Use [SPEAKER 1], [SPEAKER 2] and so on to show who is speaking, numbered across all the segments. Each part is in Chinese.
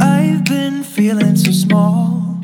[SPEAKER 1] I've been feeling so small.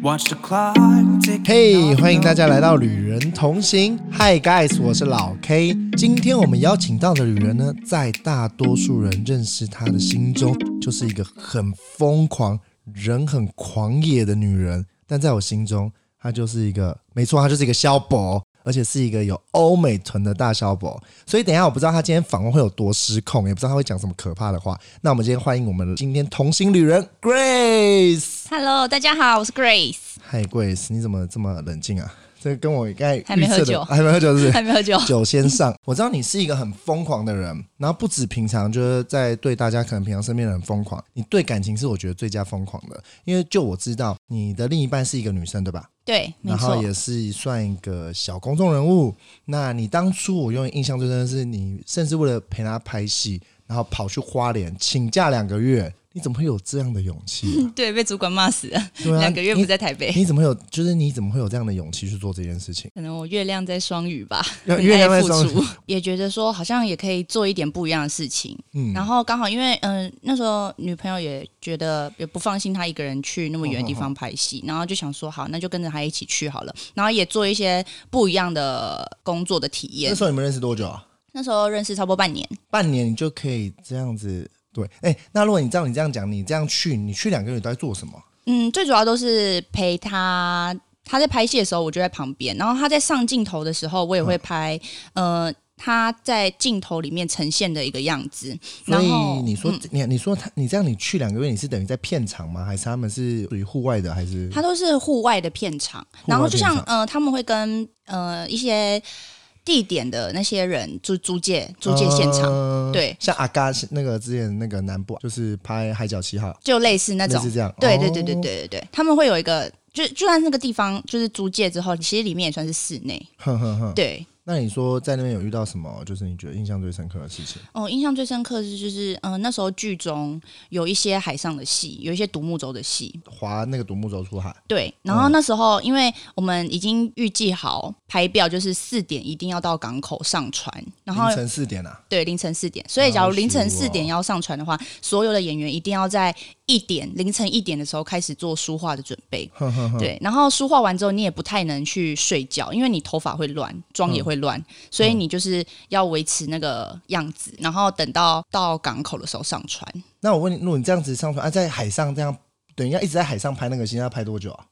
[SPEAKER 1] Watch the clock tick.
[SPEAKER 2] 嘿
[SPEAKER 1] down
[SPEAKER 2] 欢迎
[SPEAKER 1] low.
[SPEAKER 2] 大家来到旅人同行。Hi guys，我是老 K。今天我们邀请到的旅人呢，在大多数人认识她的心中，就是一个很疯狂、人很狂野的女人。但在我心中，她就是一个，没错，她就是一个萧伯，而且是一个有欧美臀的大萧伯。所以等一下，我不知道她今天访问会有多失控，也不知道她会讲什么可怕的话。那我们今天欢迎我们今天同行旅人 Grace。
[SPEAKER 3] Hello，大家好，我是 Grace，
[SPEAKER 2] 嗨，Grace，你怎么这么冷静啊？ 这跟我刚才
[SPEAKER 3] 还没
[SPEAKER 2] 预测
[SPEAKER 3] 喝
[SPEAKER 2] 的
[SPEAKER 3] 酒
[SPEAKER 2] 还没喝酒是不
[SPEAKER 3] 还
[SPEAKER 2] 是？
[SPEAKER 3] 没喝酒。
[SPEAKER 2] 酒先上。我知道你是一个很疯狂的人，然后不止平常就是在对大家，可能平常身边的人疯狂，你对感情是我觉得最佳疯狂的，因为就我知道你的另一半是一个女生，对吧？
[SPEAKER 3] 对，没
[SPEAKER 2] 然后
[SPEAKER 3] 错，
[SPEAKER 2] 也是算一个小公众人物。那你当初我永远印象最深的是，你甚至为了陪她拍戏，然后跑去花莲请假两个月，你怎么会有这样的勇气、 啊？
[SPEAKER 3] 对，被主管骂死了，
[SPEAKER 2] 对啊，
[SPEAKER 3] 两个月
[SPEAKER 2] 你
[SPEAKER 3] 不在台北。
[SPEAKER 2] 你怎么会有？就是你怎么会有这样的勇气去做这件事情？
[SPEAKER 3] 可能我月亮在双鱼吧，
[SPEAKER 2] 月
[SPEAKER 3] 很
[SPEAKER 2] 月亮在
[SPEAKER 3] 爱付
[SPEAKER 2] 双鱼
[SPEAKER 3] 出，也觉得说好像也可以做一点不一样的事情。
[SPEAKER 2] 嗯
[SPEAKER 3] 然后刚好因为嗯、那时候女朋友也觉得也不放心她一个人去那么远的地方拍戏，
[SPEAKER 2] 嗯
[SPEAKER 3] 然后就想说好，那就跟着她一起去好了。然后也做一些不一样的工作的体
[SPEAKER 2] 那
[SPEAKER 3] 验。
[SPEAKER 2] 时候你们认识多久啊？
[SPEAKER 3] 那时候认识差不多半年，
[SPEAKER 2] 半年你就可以这样子。对，哎、那如果你照你这样讲，你这样去，你去两个月你都在做什么？
[SPEAKER 3] 嗯，最主要都是陪他。他在拍戏的时候，我就在旁边；然后他在上镜头的时候，我也
[SPEAKER 2] 嗯
[SPEAKER 3] 会拍。呃，他在镜头里面呈现的一个样子。
[SPEAKER 2] 所
[SPEAKER 3] 然
[SPEAKER 2] 以
[SPEAKER 3] 后嗯
[SPEAKER 2] 你说、你你说他你这样你去两个月，你是等于在片场吗？还是他们是属于户外的？还是
[SPEAKER 3] 他都是户外的片场，
[SPEAKER 2] 户外
[SPEAKER 3] 然后就像
[SPEAKER 2] 片
[SPEAKER 3] 呃，他们会跟呃一些地点的那些人租租借租借现场，
[SPEAKER 2] 呃
[SPEAKER 3] 对
[SPEAKER 2] 像阿嘎是那个之前那个南部啊就是拍《海角七号》
[SPEAKER 3] 就类似那
[SPEAKER 2] 类
[SPEAKER 3] 种
[SPEAKER 2] 似。这样。
[SPEAKER 3] 对
[SPEAKER 2] 哦
[SPEAKER 3] 对对对对。对对，他们会有一个，就就算那个地方就是租借之后，其实里面也算是室内。
[SPEAKER 2] 哼哼哼。
[SPEAKER 3] 对，
[SPEAKER 2] 哦 那你说在那边有遇到什么？就是你觉得印象最深刻的事情？
[SPEAKER 3] 哦，印象最深刻是就是，嗯、那时候剧中有一些海上的戏，有一些独木舟的戏，
[SPEAKER 2] 划那个独木舟出海。
[SPEAKER 3] 对。然后那时候，因为我们已经预计好排表，就是四点一定要到港口上船，然后
[SPEAKER 2] 凌晨四点啊。
[SPEAKER 3] 对凌晨四点，所以
[SPEAKER 2] 哦
[SPEAKER 3] 假如凌晨四点
[SPEAKER 2] 好
[SPEAKER 3] 要上船的话，所有的演员一定要在一点凌晨一点的时候开始做梳化的准备，
[SPEAKER 2] 哼哼哼。
[SPEAKER 3] 对。然后梳化完之后，你也不太能去睡觉，因为你头发会乱，妆
[SPEAKER 2] 嗯
[SPEAKER 3] 也会乱，所以你就是要维持那个样子，然后等到到港口的时候上船。
[SPEAKER 2] 那我问你，如果你这样子上船啊，在海上这样，等于要一直在海上拍那个戏，要拍多久啊？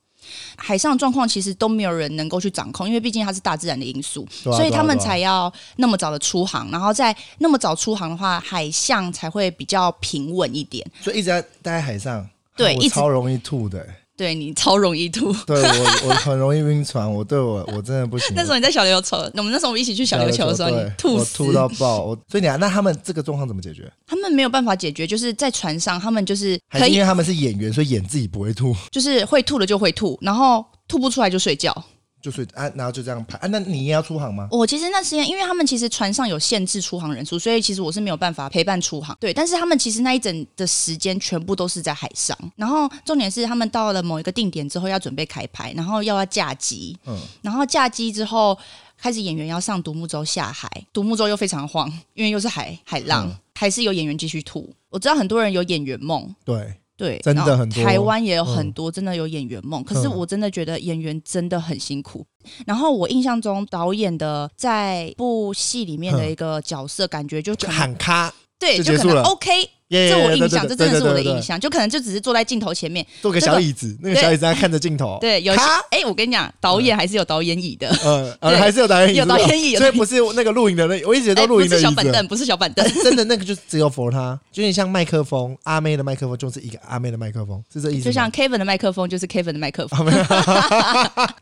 [SPEAKER 3] 海上状况其实都没有人能够去掌控，因为毕竟它是大自然的因素，
[SPEAKER 2] 对啊
[SPEAKER 3] 所以他们
[SPEAKER 2] 对啊对啊
[SPEAKER 3] 才要那么早的出航，然后在那么早出航的话，海象才会比较平稳一点。
[SPEAKER 2] 所以一直在待在海上，
[SPEAKER 3] 对
[SPEAKER 2] 啊我
[SPEAKER 3] 一直
[SPEAKER 2] 超容易吐的、
[SPEAKER 3] 对你超容易吐。
[SPEAKER 2] 对我我很容易晕船，我对我我真的不行。
[SPEAKER 3] 那时候你在小琉球，我们那时候我们一起去小琉球的时候，
[SPEAKER 2] 对
[SPEAKER 3] 你吐
[SPEAKER 2] 我
[SPEAKER 3] 死。
[SPEAKER 2] 吐到爆。我所以你啊，那他们这个状况怎么解决？
[SPEAKER 3] 他们没有办法解决，就是在船上，他们就是
[SPEAKER 2] 还
[SPEAKER 3] 可
[SPEAKER 2] 是因
[SPEAKER 3] 以
[SPEAKER 2] 为，他们是演员，所以演自己不会吐，
[SPEAKER 3] 就是会吐的就会吐，然后吐不出来就睡觉。
[SPEAKER 2] 就是啊，然后就这样拍啊。那你也要出航吗？
[SPEAKER 3] 我其实那时间，因为他们其实船上有限制出航人数，所以其实我是没有办法陪伴出航。对，但是他们其实那一整的时间全部都是在海上。然后重点是他们到了某一个定点之后要准备开拍，然后又要架机，
[SPEAKER 2] 嗯
[SPEAKER 3] 然后架机之后开始演员要上独木舟下海，独木舟又非常晃，因为又是海海浪，
[SPEAKER 2] 嗯
[SPEAKER 3] 还是有演员继续吐。我知道很多人有演员梦。
[SPEAKER 2] 对，
[SPEAKER 3] 对，
[SPEAKER 2] 真的
[SPEAKER 3] 然后
[SPEAKER 2] 很多
[SPEAKER 3] 台湾也有很多真的有演员梦，可是
[SPEAKER 2] 嗯
[SPEAKER 3] 我真的觉得演员真的很辛苦。然后我印象中导演的在一部戏里面的一个角色，感觉就可
[SPEAKER 2] 就
[SPEAKER 3] 能
[SPEAKER 2] 喊咔，
[SPEAKER 3] 对，
[SPEAKER 2] 就
[SPEAKER 3] 就
[SPEAKER 2] 结
[SPEAKER 3] 可
[SPEAKER 2] 束了
[SPEAKER 3] 能 OK，
[SPEAKER 2] 耶
[SPEAKER 3] 这我印象，这
[SPEAKER 2] 对对对
[SPEAKER 3] 真的是我的
[SPEAKER 2] 对对对
[SPEAKER 3] 印象，就可能就只是坐在镜头前面。
[SPEAKER 2] 做个
[SPEAKER 3] 这
[SPEAKER 2] 小
[SPEAKER 3] 个
[SPEAKER 2] 椅子，那个
[SPEAKER 3] 对
[SPEAKER 2] 小椅子在看着镜头。
[SPEAKER 3] 对，有些
[SPEAKER 2] 咔
[SPEAKER 3] 哎，我跟你讲，导演还是有导演椅的，
[SPEAKER 2] 呃，呃
[SPEAKER 3] 对
[SPEAKER 2] 还是有导演椅子，
[SPEAKER 3] 有导演椅有
[SPEAKER 2] 所以不是那个录影的那，我一直觉得
[SPEAKER 3] 哎，
[SPEAKER 2] 都录
[SPEAKER 3] 不
[SPEAKER 2] 影的椅
[SPEAKER 3] 是小板
[SPEAKER 2] 子。哎
[SPEAKER 3] 凳，不是小板凳。
[SPEAKER 2] 真的那个就只有佛他，就有点像麦克风，阿妹的麦克风就是一个阿妹的麦克风，是这意思吗？啊
[SPEAKER 3] 就像 Kevin 的麦克风就是 Kevin 的麦克风，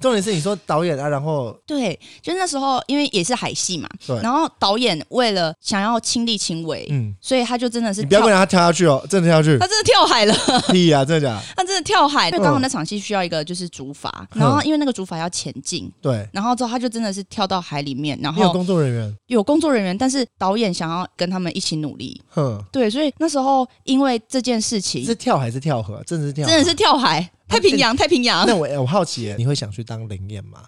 [SPEAKER 2] 重点是你说导演啊，然后
[SPEAKER 3] 对，就那时候因为也是海戏嘛
[SPEAKER 2] 对，
[SPEAKER 3] 然后导演为了想要亲力亲为，
[SPEAKER 2] 嗯，
[SPEAKER 3] 所以他就真的是
[SPEAKER 2] 你不要
[SPEAKER 3] 跳
[SPEAKER 2] 跟他跳下去哦，真的跳下去
[SPEAKER 3] 他，真的跳海了，
[SPEAKER 2] 屁啊，真的假的？
[SPEAKER 3] 他真的跳海。因为刚好
[SPEAKER 2] 嗯
[SPEAKER 3] 那场戏需要一个就是竹筏，
[SPEAKER 2] 嗯
[SPEAKER 3] 然后因为那个竹筏要前进，
[SPEAKER 2] 对，
[SPEAKER 3] 然后之后他就真的是跳到海里面，然
[SPEAKER 2] 没有
[SPEAKER 3] 后
[SPEAKER 2] 工作人员，
[SPEAKER 3] 有工作人员，但是导演想要跟他们一起努力，
[SPEAKER 2] 哼，
[SPEAKER 3] 对，所以那时候因为这件事情
[SPEAKER 2] 是跳还是跳河？真的是跳，哎
[SPEAKER 3] 真的是。跳海，太平洋，太平洋
[SPEAKER 2] 那。我我好奇耶，你会想去当灵验吗？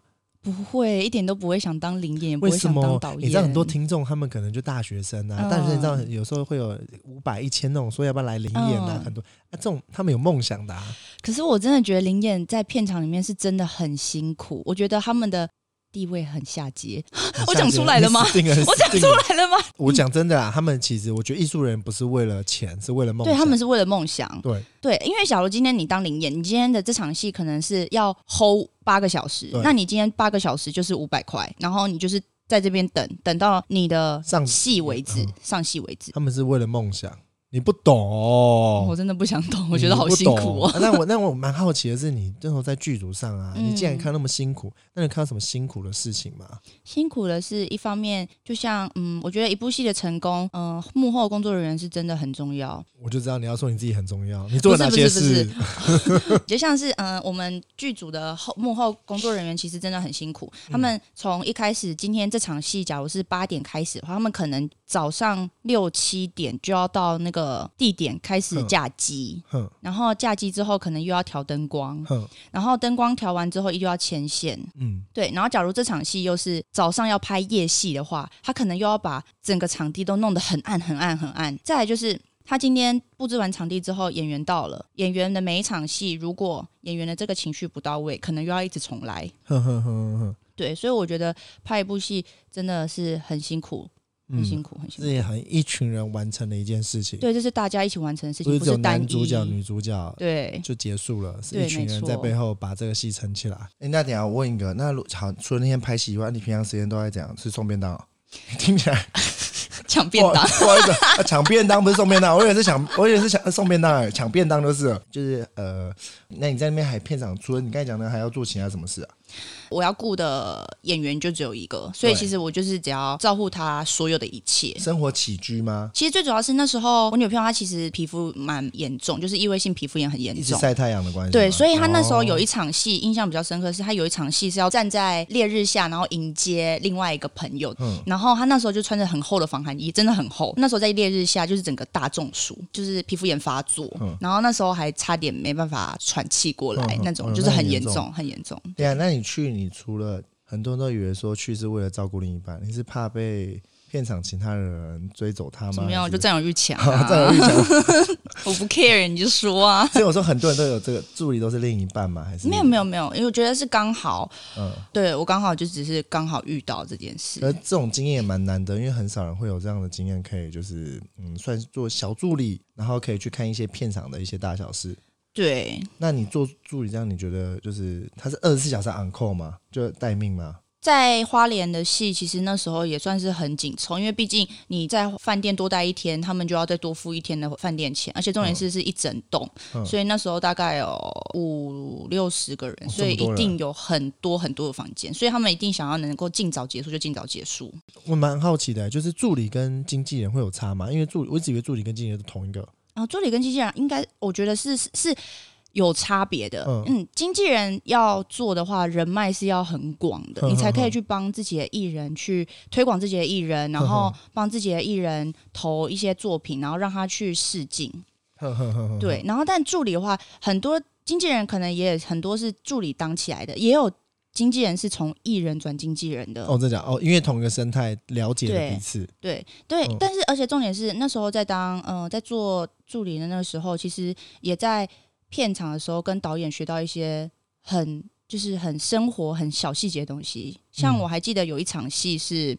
[SPEAKER 3] 不会，一点都不会想当领演，也不
[SPEAKER 2] 为
[SPEAKER 3] 会
[SPEAKER 2] 什
[SPEAKER 3] 想当
[SPEAKER 2] 么
[SPEAKER 3] 导？演。
[SPEAKER 2] 你知道很多听众他们可能就大学生啊，
[SPEAKER 3] 嗯
[SPEAKER 2] 大学生你知道有时候会有五百一千那种说要不要来领演啊，
[SPEAKER 3] 嗯
[SPEAKER 2] 很多啊这种他们有梦想的、啊，
[SPEAKER 3] 可是我真的觉得林演在片场里面是真的很辛苦，我觉得他们的地位很下阶。我哦讲出来了吗
[SPEAKER 2] 你死定了
[SPEAKER 3] 我讲出，来了吗？
[SPEAKER 2] 我讲真的啊，他们其实我觉得艺术人不是为了钱，是为了梦
[SPEAKER 3] 对
[SPEAKER 2] 想。
[SPEAKER 3] 他们是为了梦想。
[SPEAKER 2] 对
[SPEAKER 3] 对，因为假如今天你当零演，你今天的这场戏可能是要 hold 八个小时
[SPEAKER 2] 对，
[SPEAKER 3] 那你今天八个小时就是五百块，然后你就是在这边等，等到你的
[SPEAKER 2] 上
[SPEAKER 3] 戏为止
[SPEAKER 2] 嗯，
[SPEAKER 3] 上戏为止。
[SPEAKER 2] 他们是为了梦想，你不懂哦、
[SPEAKER 3] 我真的不想懂，我觉得好辛苦哦。
[SPEAKER 2] 那我那我蛮好奇的是，你那时候在剧组上啊，
[SPEAKER 3] 嗯
[SPEAKER 2] 你既然看那么辛苦，那你看到什么辛苦的事情吗？
[SPEAKER 3] 辛苦的是一方面，就像嗯，我觉得一部戏的成功，嗯、幕后工作人员是真的很重要。
[SPEAKER 2] 我就知道你要说你自己很重要，你做了哪些
[SPEAKER 3] 不是
[SPEAKER 2] 事？
[SPEAKER 3] 不就像是嗯、呃我们剧组的后幕后工作人员其实真的很辛苦。他们从一开始，今天这场戏假如是八点开始的话，他们可能早上六七点就要到那个地点开始
[SPEAKER 2] 嗯
[SPEAKER 3] 架机，
[SPEAKER 2] 哼
[SPEAKER 3] 然后架机之后可能又要调灯光，
[SPEAKER 2] 哼，
[SPEAKER 3] 然后灯光调完之后又要牵线。
[SPEAKER 2] 嗯，
[SPEAKER 3] 对，然后假如这场戏又是早上要拍夜戏的话，他可能又要把整个场地都弄得很暗、很暗、很暗。再来就是。他今天布置完场地之后，演员到了，演员的每一场戏，如果演员的这个情绪不到位，可能又要一直重来。
[SPEAKER 2] 哼哼哼哼，
[SPEAKER 3] 对，所以我觉得拍一部戏真的是很辛苦，很辛
[SPEAKER 2] 嗯，
[SPEAKER 3] 苦，很辛
[SPEAKER 2] 这
[SPEAKER 3] 苦。
[SPEAKER 2] 也很一群人完成的一件事情，
[SPEAKER 3] 对，这是大家一起完成的事
[SPEAKER 2] 不
[SPEAKER 3] 情，
[SPEAKER 2] 是
[SPEAKER 3] 不
[SPEAKER 2] 只有
[SPEAKER 3] 是单
[SPEAKER 2] 男主角、
[SPEAKER 3] 一
[SPEAKER 2] 女主角，
[SPEAKER 3] 对，
[SPEAKER 2] 就结束了，是
[SPEAKER 3] 对
[SPEAKER 2] 一群
[SPEAKER 3] 没
[SPEAKER 2] 人
[SPEAKER 3] 错
[SPEAKER 2] 在背后把这个戏撑起来。哎、那等一下我问一个，那如好，除了那天拍戏以外，你平常时间都在怎样？是送便当哦、听起来
[SPEAKER 3] 抢便当。
[SPEAKER 2] 不好意思，不好意思啊抢、便当不是送便当，我 也是抢，我也是抢送便当、哎，抢便当就是了，就是呃，那你在那边还片场，除了你刚才讲的，还要做其他什么事啊？
[SPEAKER 3] 我要顾的演员就只有一个，所以
[SPEAKER 2] 对
[SPEAKER 3] 其实我就是只要照顾他所有的一切。
[SPEAKER 2] 生活起居吗？
[SPEAKER 3] 其实最主要是那时候我女朋友她其实皮肤蛮严重，就是异位性皮肤炎很严
[SPEAKER 2] 一直
[SPEAKER 3] 重。
[SPEAKER 2] 晒太阳的关系吗，哦
[SPEAKER 3] 对，所以她那时候有
[SPEAKER 2] 一
[SPEAKER 3] 一场戏、印象比较深刻，是她有一场戏是要站在烈日下，然后迎接另外一个朋友。
[SPEAKER 2] 嗯
[SPEAKER 3] 然后她那时候就穿着很厚的防寒衣，真的很厚。那时候在烈日下，就是整个大中暑，就是皮肤炎发作，
[SPEAKER 2] 嗯
[SPEAKER 3] 然后那时候还差点没办法喘气过来，
[SPEAKER 2] 嗯嗯
[SPEAKER 3] 那种
[SPEAKER 2] 嗯
[SPEAKER 3] 就是
[SPEAKER 2] 那
[SPEAKER 3] 很
[SPEAKER 2] 很
[SPEAKER 3] 严
[SPEAKER 2] 严重
[SPEAKER 3] 重，很严重。
[SPEAKER 2] 对啊，那你去，你除了很多人都以为说去是为了照顾另一半，你是怕被片场其他人追走他吗？
[SPEAKER 3] 怎么样？
[SPEAKER 2] 还
[SPEAKER 3] 我
[SPEAKER 2] 是
[SPEAKER 3] 就占有欲强、
[SPEAKER 2] 啊
[SPEAKER 3] 啊，
[SPEAKER 2] 占有欲强。
[SPEAKER 3] 我不 care，你就说啊。
[SPEAKER 2] 所以我说很多人都有这个助理都是另一半嘛，还是
[SPEAKER 3] 没有没有没有，因为我觉得是刚好，
[SPEAKER 2] 嗯，
[SPEAKER 3] 对我刚好就只是刚好遇到这件事。
[SPEAKER 2] 而这种经验也蛮难得，因为很少人会有这样的经验，可以就是嗯，算是做小助理，然后可以去看一些片场的一些大小事。
[SPEAKER 3] 对，
[SPEAKER 2] 那你做助理这样，你觉得就是他是二十四小时 on call 吗？就待命吗？
[SPEAKER 3] 在花莲的戏，其实那时候也算是很紧凑，因为毕竟你在饭店多待一天，他们就要再多付一天的饭店钱，而且重点是是一整栋，
[SPEAKER 2] 嗯
[SPEAKER 3] 所以那时候大概有五六十个人，
[SPEAKER 2] 哦
[SPEAKER 3] 所以
[SPEAKER 2] 这么多
[SPEAKER 3] 一
[SPEAKER 2] 人
[SPEAKER 3] 定有很多很多的房间，所以他们一定想要能够尽早结束就尽早结束。
[SPEAKER 2] 我蛮好奇的，就是助理跟经纪人会有差吗？因为助理我一直以为助理跟经纪人是同一个，
[SPEAKER 3] 啊，助理跟经纪人应该，我觉得是是是有差别的。
[SPEAKER 2] 嗯
[SPEAKER 3] 嗯经纪人要做的话，人脉是要很广的，
[SPEAKER 2] 哼
[SPEAKER 3] 你
[SPEAKER 2] 哼
[SPEAKER 3] 才可以
[SPEAKER 2] 哼
[SPEAKER 3] 去帮自己的艺人去推广自己的艺人，然
[SPEAKER 2] 哼哼
[SPEAKER 3] 后帮自己的艺人投一些作品，然后让他去试镜。
[SPEAKER 2] 呵呵呵呵，
[SPEAKER 3] 对，然后但助理的话，很多经纪人可能也很多是助理当起来的，也有经纪人是从艺人转经纪人的。
[SPEAKER 2] 哦，真的假的哦，因为同一个生态了解了彼此，
[SPEAKER 3] 对对，
[SPEAKER 2] 嗯
[SPEAKER 3] 但是而且重点是那时候在当嗯、呃在做助理的那个时候，其实也在片场的时候跟导演学到一些很就是很生活很小细节的东西。像
[SPEAKER 2] 嗯
[SPEAKER 3] 我还记得有一场戏是，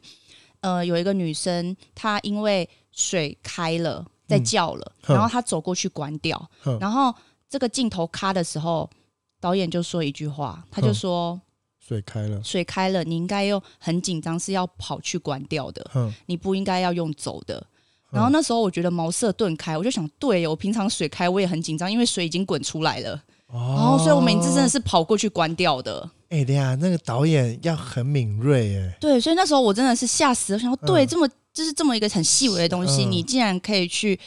[SPEAKER 3] 呃，有一个女生她因为水开了在
[SPEAKER 2] 嗯
[SPEAKER 3] 叫了，
[SPEAKER 2] 哼嗯
[SPEAKER 3] 然后她走过去关掉
[SPEAKER 2] 哼，
[SPEAKER 3] 然后这个镜头咔的时候，导演就说一句话，他就
[SPEAKER 2] 哼
[SPEAKER 3] 说
[SPEAKER 2] 所以开了，
[SPEAKER 3] 水开了，你应该又很紧张，是要跑去关掉的。
[SPEAKER 2] 哼，
[SPEAKER 3] 你不应该要用走的。然后
[SPEAKER 2] 呢？
[SPEAKER 3] 那时候我觉得茅塞顿开，我就想，对耶，我平常水开我也很紧张，因为水已经滚出来了。
[SPEAKER 2] 哦
[SPEAKER 3] 哦，所以我每次真的是跑过去关掉的。
[SPEAKER 2] 哎、等一下那个导演要很敏锐哎，
[SPEAKER 3] 对，所以那时候我真的是吓死了，我想说，对，
[SPEAKER 2] 嗯
[SPEAKER 3] 这么就是这么一个很细微的东西，
[SPEAKER 2] 嗯
[SPEAKER 3] 你竟然可以去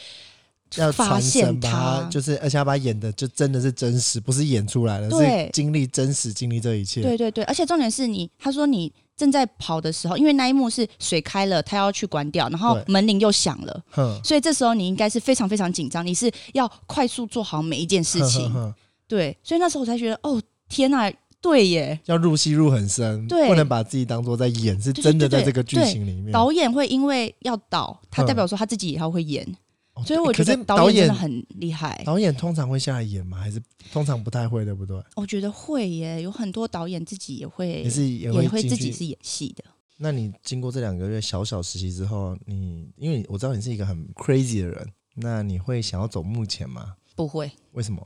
[SPEAKER 2] 要
[SPEAKER 3] 发
[SPEAKER 2] 传
[SPEAKER 3] 现
[SPEAKER 2] 神，把它就是，而且要把它演的就真的是真实，不是演出来的，
[SPEAKER 3] 对
[SPEAKER 2] 是经历真实经历这一切。
[SPEAKER 3] 对对对，而且重点是你，他说你正在跑的时候，因为那一幕是水开了，他要去关掉，然后
[SPEAKER 2] 对
[SPEAKER 3] 门铃又响了。
[SPEAKER 2] 哼，
[SPEAKER 3] 所以这时候你应该是非常非常紧张，你是要快速做好每一件事情
[SPEAKER 2] 哼。哼哼
[SPEAKER 3] 对，所以那时候我才觉得，哦，天呐、对耶，
[SPEAKER 2] 要入戏入很深，
[SPEAKER 3] 对
[SPEAKER 2] 不能把自己当做在演，是
[SPEAKER 3] 对
[SPEAKER 2] 真的
[SPEAKER 3] 对
[SPEAKER 2] 在
[SPEAKER 3] 对
[SPEAKER 2] 这个剧
[SPEAKER 3] 对
[SPEAKER 2] 情里面。
[SPEAKER 3] 导演会因为要导，他
[SPEAKER 2] 嗯
[SPEAKER 3] 代表说他自己也要会演，
[SPEAKER 2] 哦
[SPEAKER 3] 所以我
[SPEAKER 2] 可
[SPEAKER 3] 觉
[SPEAKER 2] 是
[SPEAKER 3] 得
[SPEAKER 2] 导
[SPEAKER 3] 演真
[SPEAKER 2] 演
[SPEAKER 3] 的很厉害。
[SPEAKER 2] 导演通常会下来演吗？还是通常不太会，对不对？
[SPEAKER 3] 我觉得会耶，有很多导演自己也会
[SPEAKER 2] 也是也
[SPEAKER 3] 也
[SPEAKER 2] 会
[SPEAKER 3] 会
[SPEAKER 2] 进
[SPEAKER 3] 自
[SPEAKER 2] 去
[SPEAKER 3] 己是演戏的。
[SPEAKER 2] 那你经过这两个月小小实习之后，你因为我知道你是一个很 crazy 的人，那你会想要走幕前吗？
[SPEAKER 3] 不会，
[SPEAKER 2] 为什么？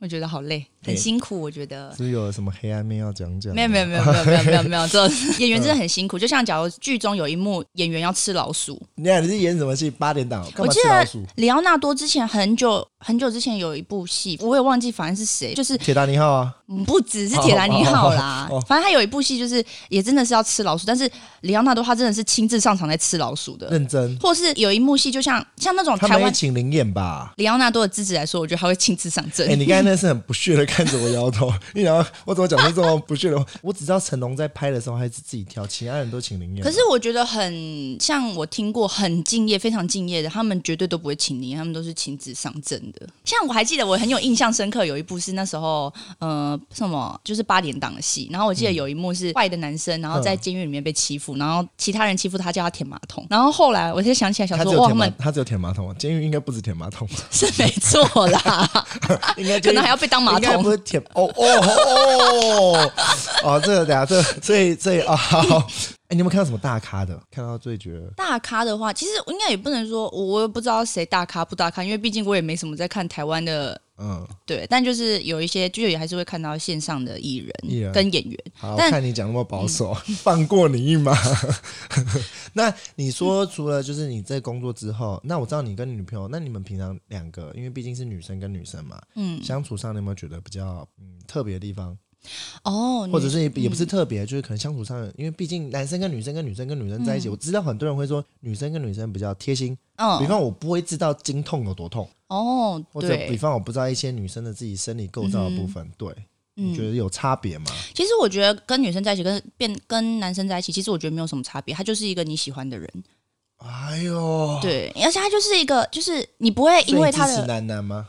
[SPEAKER 3] 我觉得好累，
[SPEAKER 2] 对
[SPEAKER 3] 很辛苦。我觉得
[SPEAKER 2] 是不是有什么黑暗面要讲讲？
[SPEAKER 3] 没有没有没有没有没有没有没有， 这演员真
[SPEAKER 2] 嗯
[SPEAKER 3] 的很辛苦。就像假如剧中有一幕演员要吃老鼠，
[SPEAKER 2] 你看你是演什么戏？八点档，干
[SPEAKER 3] 我
[SPEAKER 2] 嘛
[SPEAKER 3] 记
[SPEAKER 2] 吃老鼠
[SPEAKER 3] 得？里奥纳多之前很久很久之前有一部戏，我也忘记反正是谁，就是
[SPEAKER 2] 铁达尼号啊，
[SPEAKER 3] 嗯不只是铁达尼号啦
[SPEAKER 2] 哦哦哦哦，
[SPEAKER 3] 反正他有一部戏就是也真的是要吃老鼠，但是里奥纳多他真的是亲自上场在吃老鼠的，
[SPEAKER 2] 认真，
[SPEAKER 3] 或是有一幕戏就像像那种
[SPEAKER 2] 他
[SPEAKER 3] 台
[SPEAKER 2] 们也
[SPEAKER 3] 湾
[SPEAKER 2] 请灵演吧？
[SPEAKER 3] 里奥纳多的资质来说，我觉得他会亲自上阵
[SPEAKER 2] 哎、。你刚才那是很不屑的看着我摇头， 你然后我怎么讲出这么不屑的话？我只知道成龙在拍的时候还是自己跳，其他人都请灵演。
[SPEAKER 3] 可是我觉得很像我听过很敬业、非常敬业的，他们绝对都不会请你，他们都是亲自上阵的。像我还记得我很有印象深刻，有一部是那时候呃什么就是八点档的戏，然后我记得有一幕是坏的男生，然后
[SPEAKER 2] 嗯
[SPEAKER 3] 在监狱里面被欺负，然后其他人欺负他叫他舔马桶，然后后来我才想起来，想
[SPEAKER 2] 他只
[SPEAKER 3] 说
[SPEAKER 2] 有
[SPEAKER 3] 哇，他
[SPEAKER 2] 舔马，
[SPEAKER 3] 们
[SPEAKER 2] 他只有舔马桶啊，监狱应该不止舔马桶吧，
[SPEAKER 3] 是没错啦，
[SPEAKER 2] 应该
[SPEAKER 3] 可能还
[SPEAKER 2] 要。
[SPEAKER 3] 要被当马
[SPEAKER 2] 应该不
[SPEAKER 3] 桶。
[SPEAKER 2] 是舔哦哦哦哦，哦，这个等下这个所以所以啊，好哎、你有没有看到什么大咖的？看到最觉得
[SPEAKER 3] 大咖的话，其实应该也不能说，我我也不知道谁大咖不大咖，因为毕竟我也没什么在看台湾的
[SPEAKER 2] 嗯，
[SPEAKER 3] 对，但就是有一些，就是也还是会看到线上的
[SPEAKER 2] 艺
[SPEAKER 3] 艺
[SPEAKER 2] 人
[SPEAKER 3] 人跟演员。
[SPEAKER 2] 好，我
[SPEAKER 3] 但嗯
[SPEAKER 2] 看你讲那么保守，放过你一马。 那你说除了就是你在工作之后，那我知道你跟你女朋友，那你们平常两个，因为毕竟是女生跟女生嘛，
[SPEAKER 3] 嗯，
[SPEAKER 2] 相处上你有没有觉得比较嗯特别的地方，
[SPEAKER 3] 哦，
[SPEAKER 2] 或者
[SPEAKER 3] 你
[SPEAKER 2] 是也也不是特别，就是可能相处上，因为毕竟男生跟女生跟女生跟女生
[SPEAKER 3] 嗯
[SPEAKER 2] 在一起，我知道很多人会说女生跟女生比较贴心，比
[SPEAKER 3] 嗯
[SPEAKER 2] 方我不会知道经痛有多痛，
[SPEAKER 3] 哦，
[SPEAKER 2] 或者比
[SPEAKER 3] 对，
[SPEAKER 2] 方我不知道一些女生的自己生理构造的部分，对，你觉
[SPEAKER 3] 嗯，
[SPEAKER 2] 得有差别吗？
[SPEAKER 3] 其实我觉得跟女生在一起跟变跟男生在一起，其实我觉得没有什么差别，他就是一个你喜欢的人，
[SPEAKER 2] 哎呦，，
[SPEAKER 3] 对，而且他就是一个，就是你不会因为他
[SPEAKER 2] 支持
[SPEAKER 3] 的，
[SPEAKER 2] 男男吗？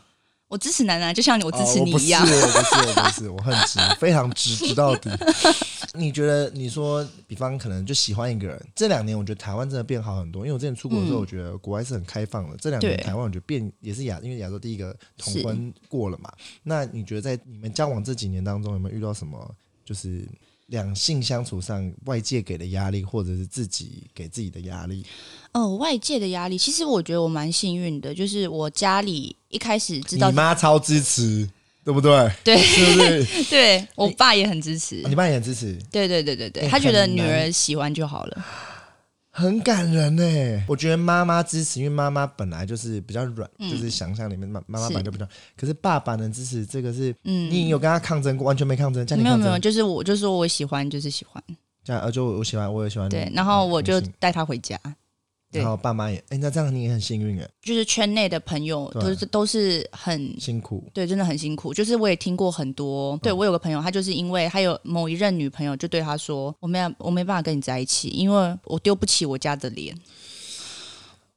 [SPEAKER 3] 我支持男啊男，就像我支持
[SPEAKER 2] 哦
[SPEAKER 3] 你一样。
[SPEAKER 2] 我不是，我不是，我不是，我很直，非常直，直到底。 你觉得，你说，比方可能就喜欢一个人，这两年我觉得台湾真的变好很多，因为我之前出国的时候，
[SPEAKER 3] 嗯
[SPEAKER 2] 我觉得国外是很开放的，这两年
[SPEAKER 3] 对
[SPEAKER 2] 台湾我觉得变也是亚，因为亚洲第一个同
[SPEAKER 3] 是
[SPEAKER 2] 婚过了嘛。那你觉得在你们交往这几年当中，有没有遇到什么就是？两性相处上，外界给的压力，或者是自己给自己的压力，
[SPEAKER 3] 哦，外界的压力，其实我觉得我蛮幸运的，就是我家里一开始知
[SPEAKER 2] 你
[SPEAKER 3] 道，
[SPEAKER 2] 妈超支持，对不对？
[SPEAKER 3] 对
[SPEAKER 2] 是不是？
[SPEAKER 3] 对我爸也很支持
[SPEAKER 2] 啊。你妈也支持，
[SPEAKER 3] 对对对对对，
[SPEAKER 2] 哎
[SPEAKER 3] 他觉得
[SPEAKER 2] 很
[SPEAKER 3] 女
[SPEAKER 2] 难
[SPEAKER 3] 儿喜欢就好了。
[SPEAKER 2] 很感人呢、我觉得妈妈支持，因为妈妈本来就是比较软，就是想象里面妈妈妈
[SPEAKER 3] 嗯是
[SPEAKER 2] 本来就比较。可是爸爸能支持，这个是、
[SPEAKER 3] 嗯，
[SPEAKER 2] 你有跟他抗争过，完全没抗争，家里
[SPEAKER 3] 没有
[SPEAKER 2] 抗
[SPEAKER 3] 没有，
[SPEAKER 2] 争，
[SPEAKER 3] 就是我就说我喜欢就是喜欢，
[SPEAKER 2] 家呃就我喜欢，我也喜欢你。
[SPEAKER 3] 对，然后我就
[SPEAKER 2] 嗯
[SPEAKER 3] 带他回家，对
[SPEAKER 2] 然后爸妈也，哎、那这样你也很幸运哎，
[SPEAKER 3] 就是圈内的朋友
[SPEAKER 2] 对
[SPEAKER 3] 都是都是很。
[SPEAKER 2] 辛苦。
[SPEAKER 3] 对，真的很辛苦。就是我也听过很多，
[SPEAKER 2] 嗯
[SPEAKER 3] 对我有个朋友，他就是因为他有某一任女朋友，就对他说：“我没有，我没办法跟你在一起，因为我丢不起我家的脸。”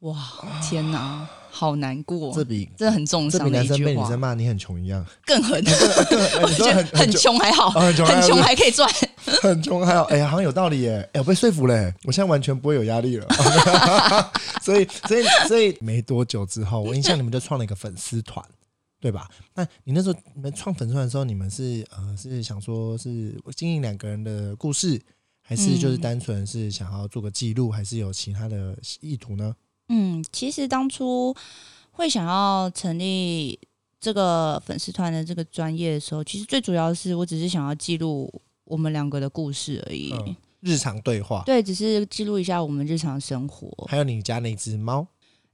[SPEAKER 3] 哇，天哪，好难过，
[SPEAKER 2] 这比
[SPEAKER 3] 这很重
[SPEAKER 2] 这
[SPEAKER 3] 伤
[SPEAKER 2] 比
[SPEAKER 3] 的
[SPEAKER 2] 男
[SPEAKER 3] 一
[SPEAKER 2] 生被
[SPEAKER 3] 句
[SPEAKER 2] 女
[SPEAKER 3] 话
[SPEAKER 2] 生，骂你很穷一样，
[SPEAKER 3] 更狠。
[SPEAKER 2] 哎你
[SPEAKER 3] 我
[SPEAKER 2] 说
[SPEAKER 3] 觉得
[SPEAKER 2] 很
[SPEAKER 3] 很
[SPEAKER 2] 穷
[SPEAKER 3] 穷还好，
[SPEAKER 2] 哦很穷还好
[SPEAKER 3] 很穷还可以赚。
[SPEAKER 2] 很穷还好，哎、呀，好像有道理耶，哎、我被说服嘞，我现在完全不会有压力了。 所以，所以，所以没多久之后，我印象你们就创了一个粉丝团，对吧？那你那时候你们创粉丝团的时候，你们是呃是想说是经营两个人的故事，还是就是
[SPEAKER 3] 嗯
[SPEAKER 2] 单纯是想要做个记录，还是有其他的意图呢？
[SPEAKER 3] 嗯，其实当初会想要成立这个粉丝团的这个专业的时候，其实最主要是我只是想要记录我们两个的故事而已。
[SPEAKER 2] 嗯日常对话，
[SPEAKER 3] 对，只是记录一下我们日常生活。
[SPEAKER 2] 还有你家那只 猫，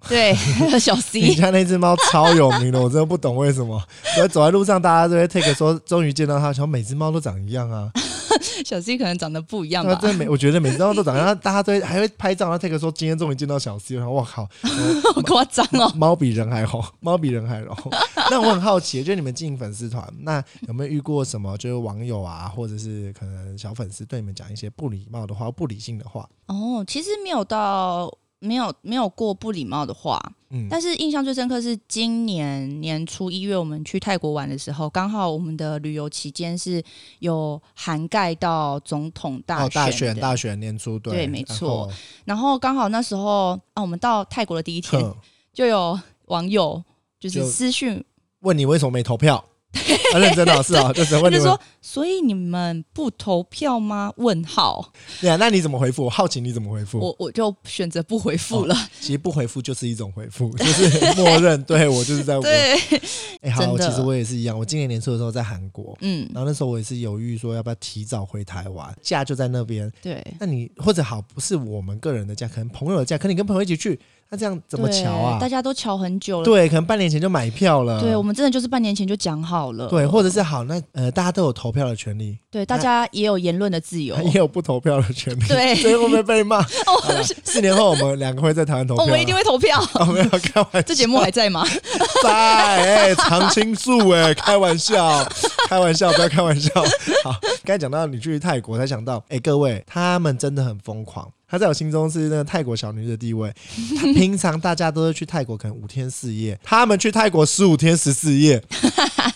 [SPEAKER 3] 对，小
[SPEAKER 2] 你
[SPEAKER 3] C，
[SPEAKER 2] 家那只猫超有名的，我真的不懂为什么。所以走在路上，大家都会 take 说，终于见到它，想说每只猫都长一样啊。
[SPEAKER 3] 小 C 可能长得不一样
[SPEAKER 2] 他
[SPEAKER 3] 吧。
[SPEAKER 2] 真的每，我觉得每次都长，然后大家都会还会拍照，然后 take 说今天终于见到小 C 了，然后我靠，
[SPEAKER 3] 好夸张哦！
[SPEAKER 2] 猫比人还红，猫比人还红。 那我很好奇，就是你们经营粉丝团，那有没有遇过什么就是网友啊，或者是可能小粉丝对你们讲一些不礼貌的话、不理性的话？
[SPEAKER 3] 哦，其实没有到没有没有过不礼貌的话。
[SPEAKER 2] 嗯
[SPEAKER 3] 但是印象最深刻是今年年初一月我们去泰国玩的时候，刚好我们的旅游期间是有涵盖到总统大
[SPEAKER 2] 哦，大
[SPEAKER 3] 选
[SPEAKER 2] 选
[SPEAKER 3] 的
[SPEAKER 2] 大选年初对，
[SPEAKER 3] 对没
[SPEAKER 2] 然
[SPEAKER 3] 错嗯
[SPEAKER 2] 后，
[SPEAKER 3] 然后刚好那时候啊，我们到泰国的第一 天
[SPEAKER 2] 哼
[SPEAKER 3] 就有网友就
[SPEAKER 2] 就是
[SPEAKER 3] 私讯，
[SPEAKER 2] 问你为什么没投票？啊、认真老师哦，就只
[SPEAKER 3] 他
[SPEAKER 2] 问你
[SPEAKER 3] 就
[SPEAKER 2] 们
[SPEAKER 3] 说，所以你们不投票吗？问号，
[SPEAKER 2] 对啊，那你怎么回复？我好奇你怎么回复？
[SPEAKER 3] 我我就选择不回
[SPEAKER 2] 哦
[SPEAKER 3] 复了。
[SPEAKER 2] 其实不回复就是一种回 复，就是默认对哦我就是在问。
[SPEAKER 3] 对，
[SPEAKER 2] 哎、好，
[SPEAKER 3] 真的
[SPEAKER 2] 其实我也是一样。我今年年初的时候在韩国，
[SPEAKER 3] 嗯，
[SPEAKER 2] 然后那时候我也是犹豫说要不要提早回台湾，假就在那边。
[SPEAKER 3] 对，
[SPEAKER 2] 那你或者好不是我们个人的假，可能朋友的假，可能你跟朋友一起去，那这样怎么
[SPEAKER 3] 对
[SPEAKER 2] 瞧啊
[SPEAKER 3] 大？家都瞧很久了。
[SPEAKER 2] 对，可能半年前就买票了。
[SPEAKER 3] 对，我们真的就是半年前就讲好了。
[SPEAKER 2] 对，或者是好，那呃，大家都有投票的权利，
[SPEAKER 3] 对，大家也有言论的自由。
[SPEAKER 2] 也有不投票的权利。
[SPEAKER 3] 对
[SPEAKER 2] 所以会不会被骂？
[SPEAKER 3] 哦，
[SPEAKER 2] 好啦四年后我们两个会在台湾投票啊
[SPEAKER 3] 我
[SPEAKER 2] 啦，
[SPEAKER 3] 们一定会投票。啊
[SPEAKER 2] 哦，没有开玩笑，
[SPEAKER 3] 这节目还在 吗？
[SPEAKER 2] 在哎，常青树哎，开玩笑，开玩笑，不要开玩笑。好，刚才讲到你去泰国，才想到哎、各位他们真的很疯狂。她在我心中是那个泰国小女子的地位。平常大家都是去泰国，可能五天四夜，他们去泰国十五天十四夜，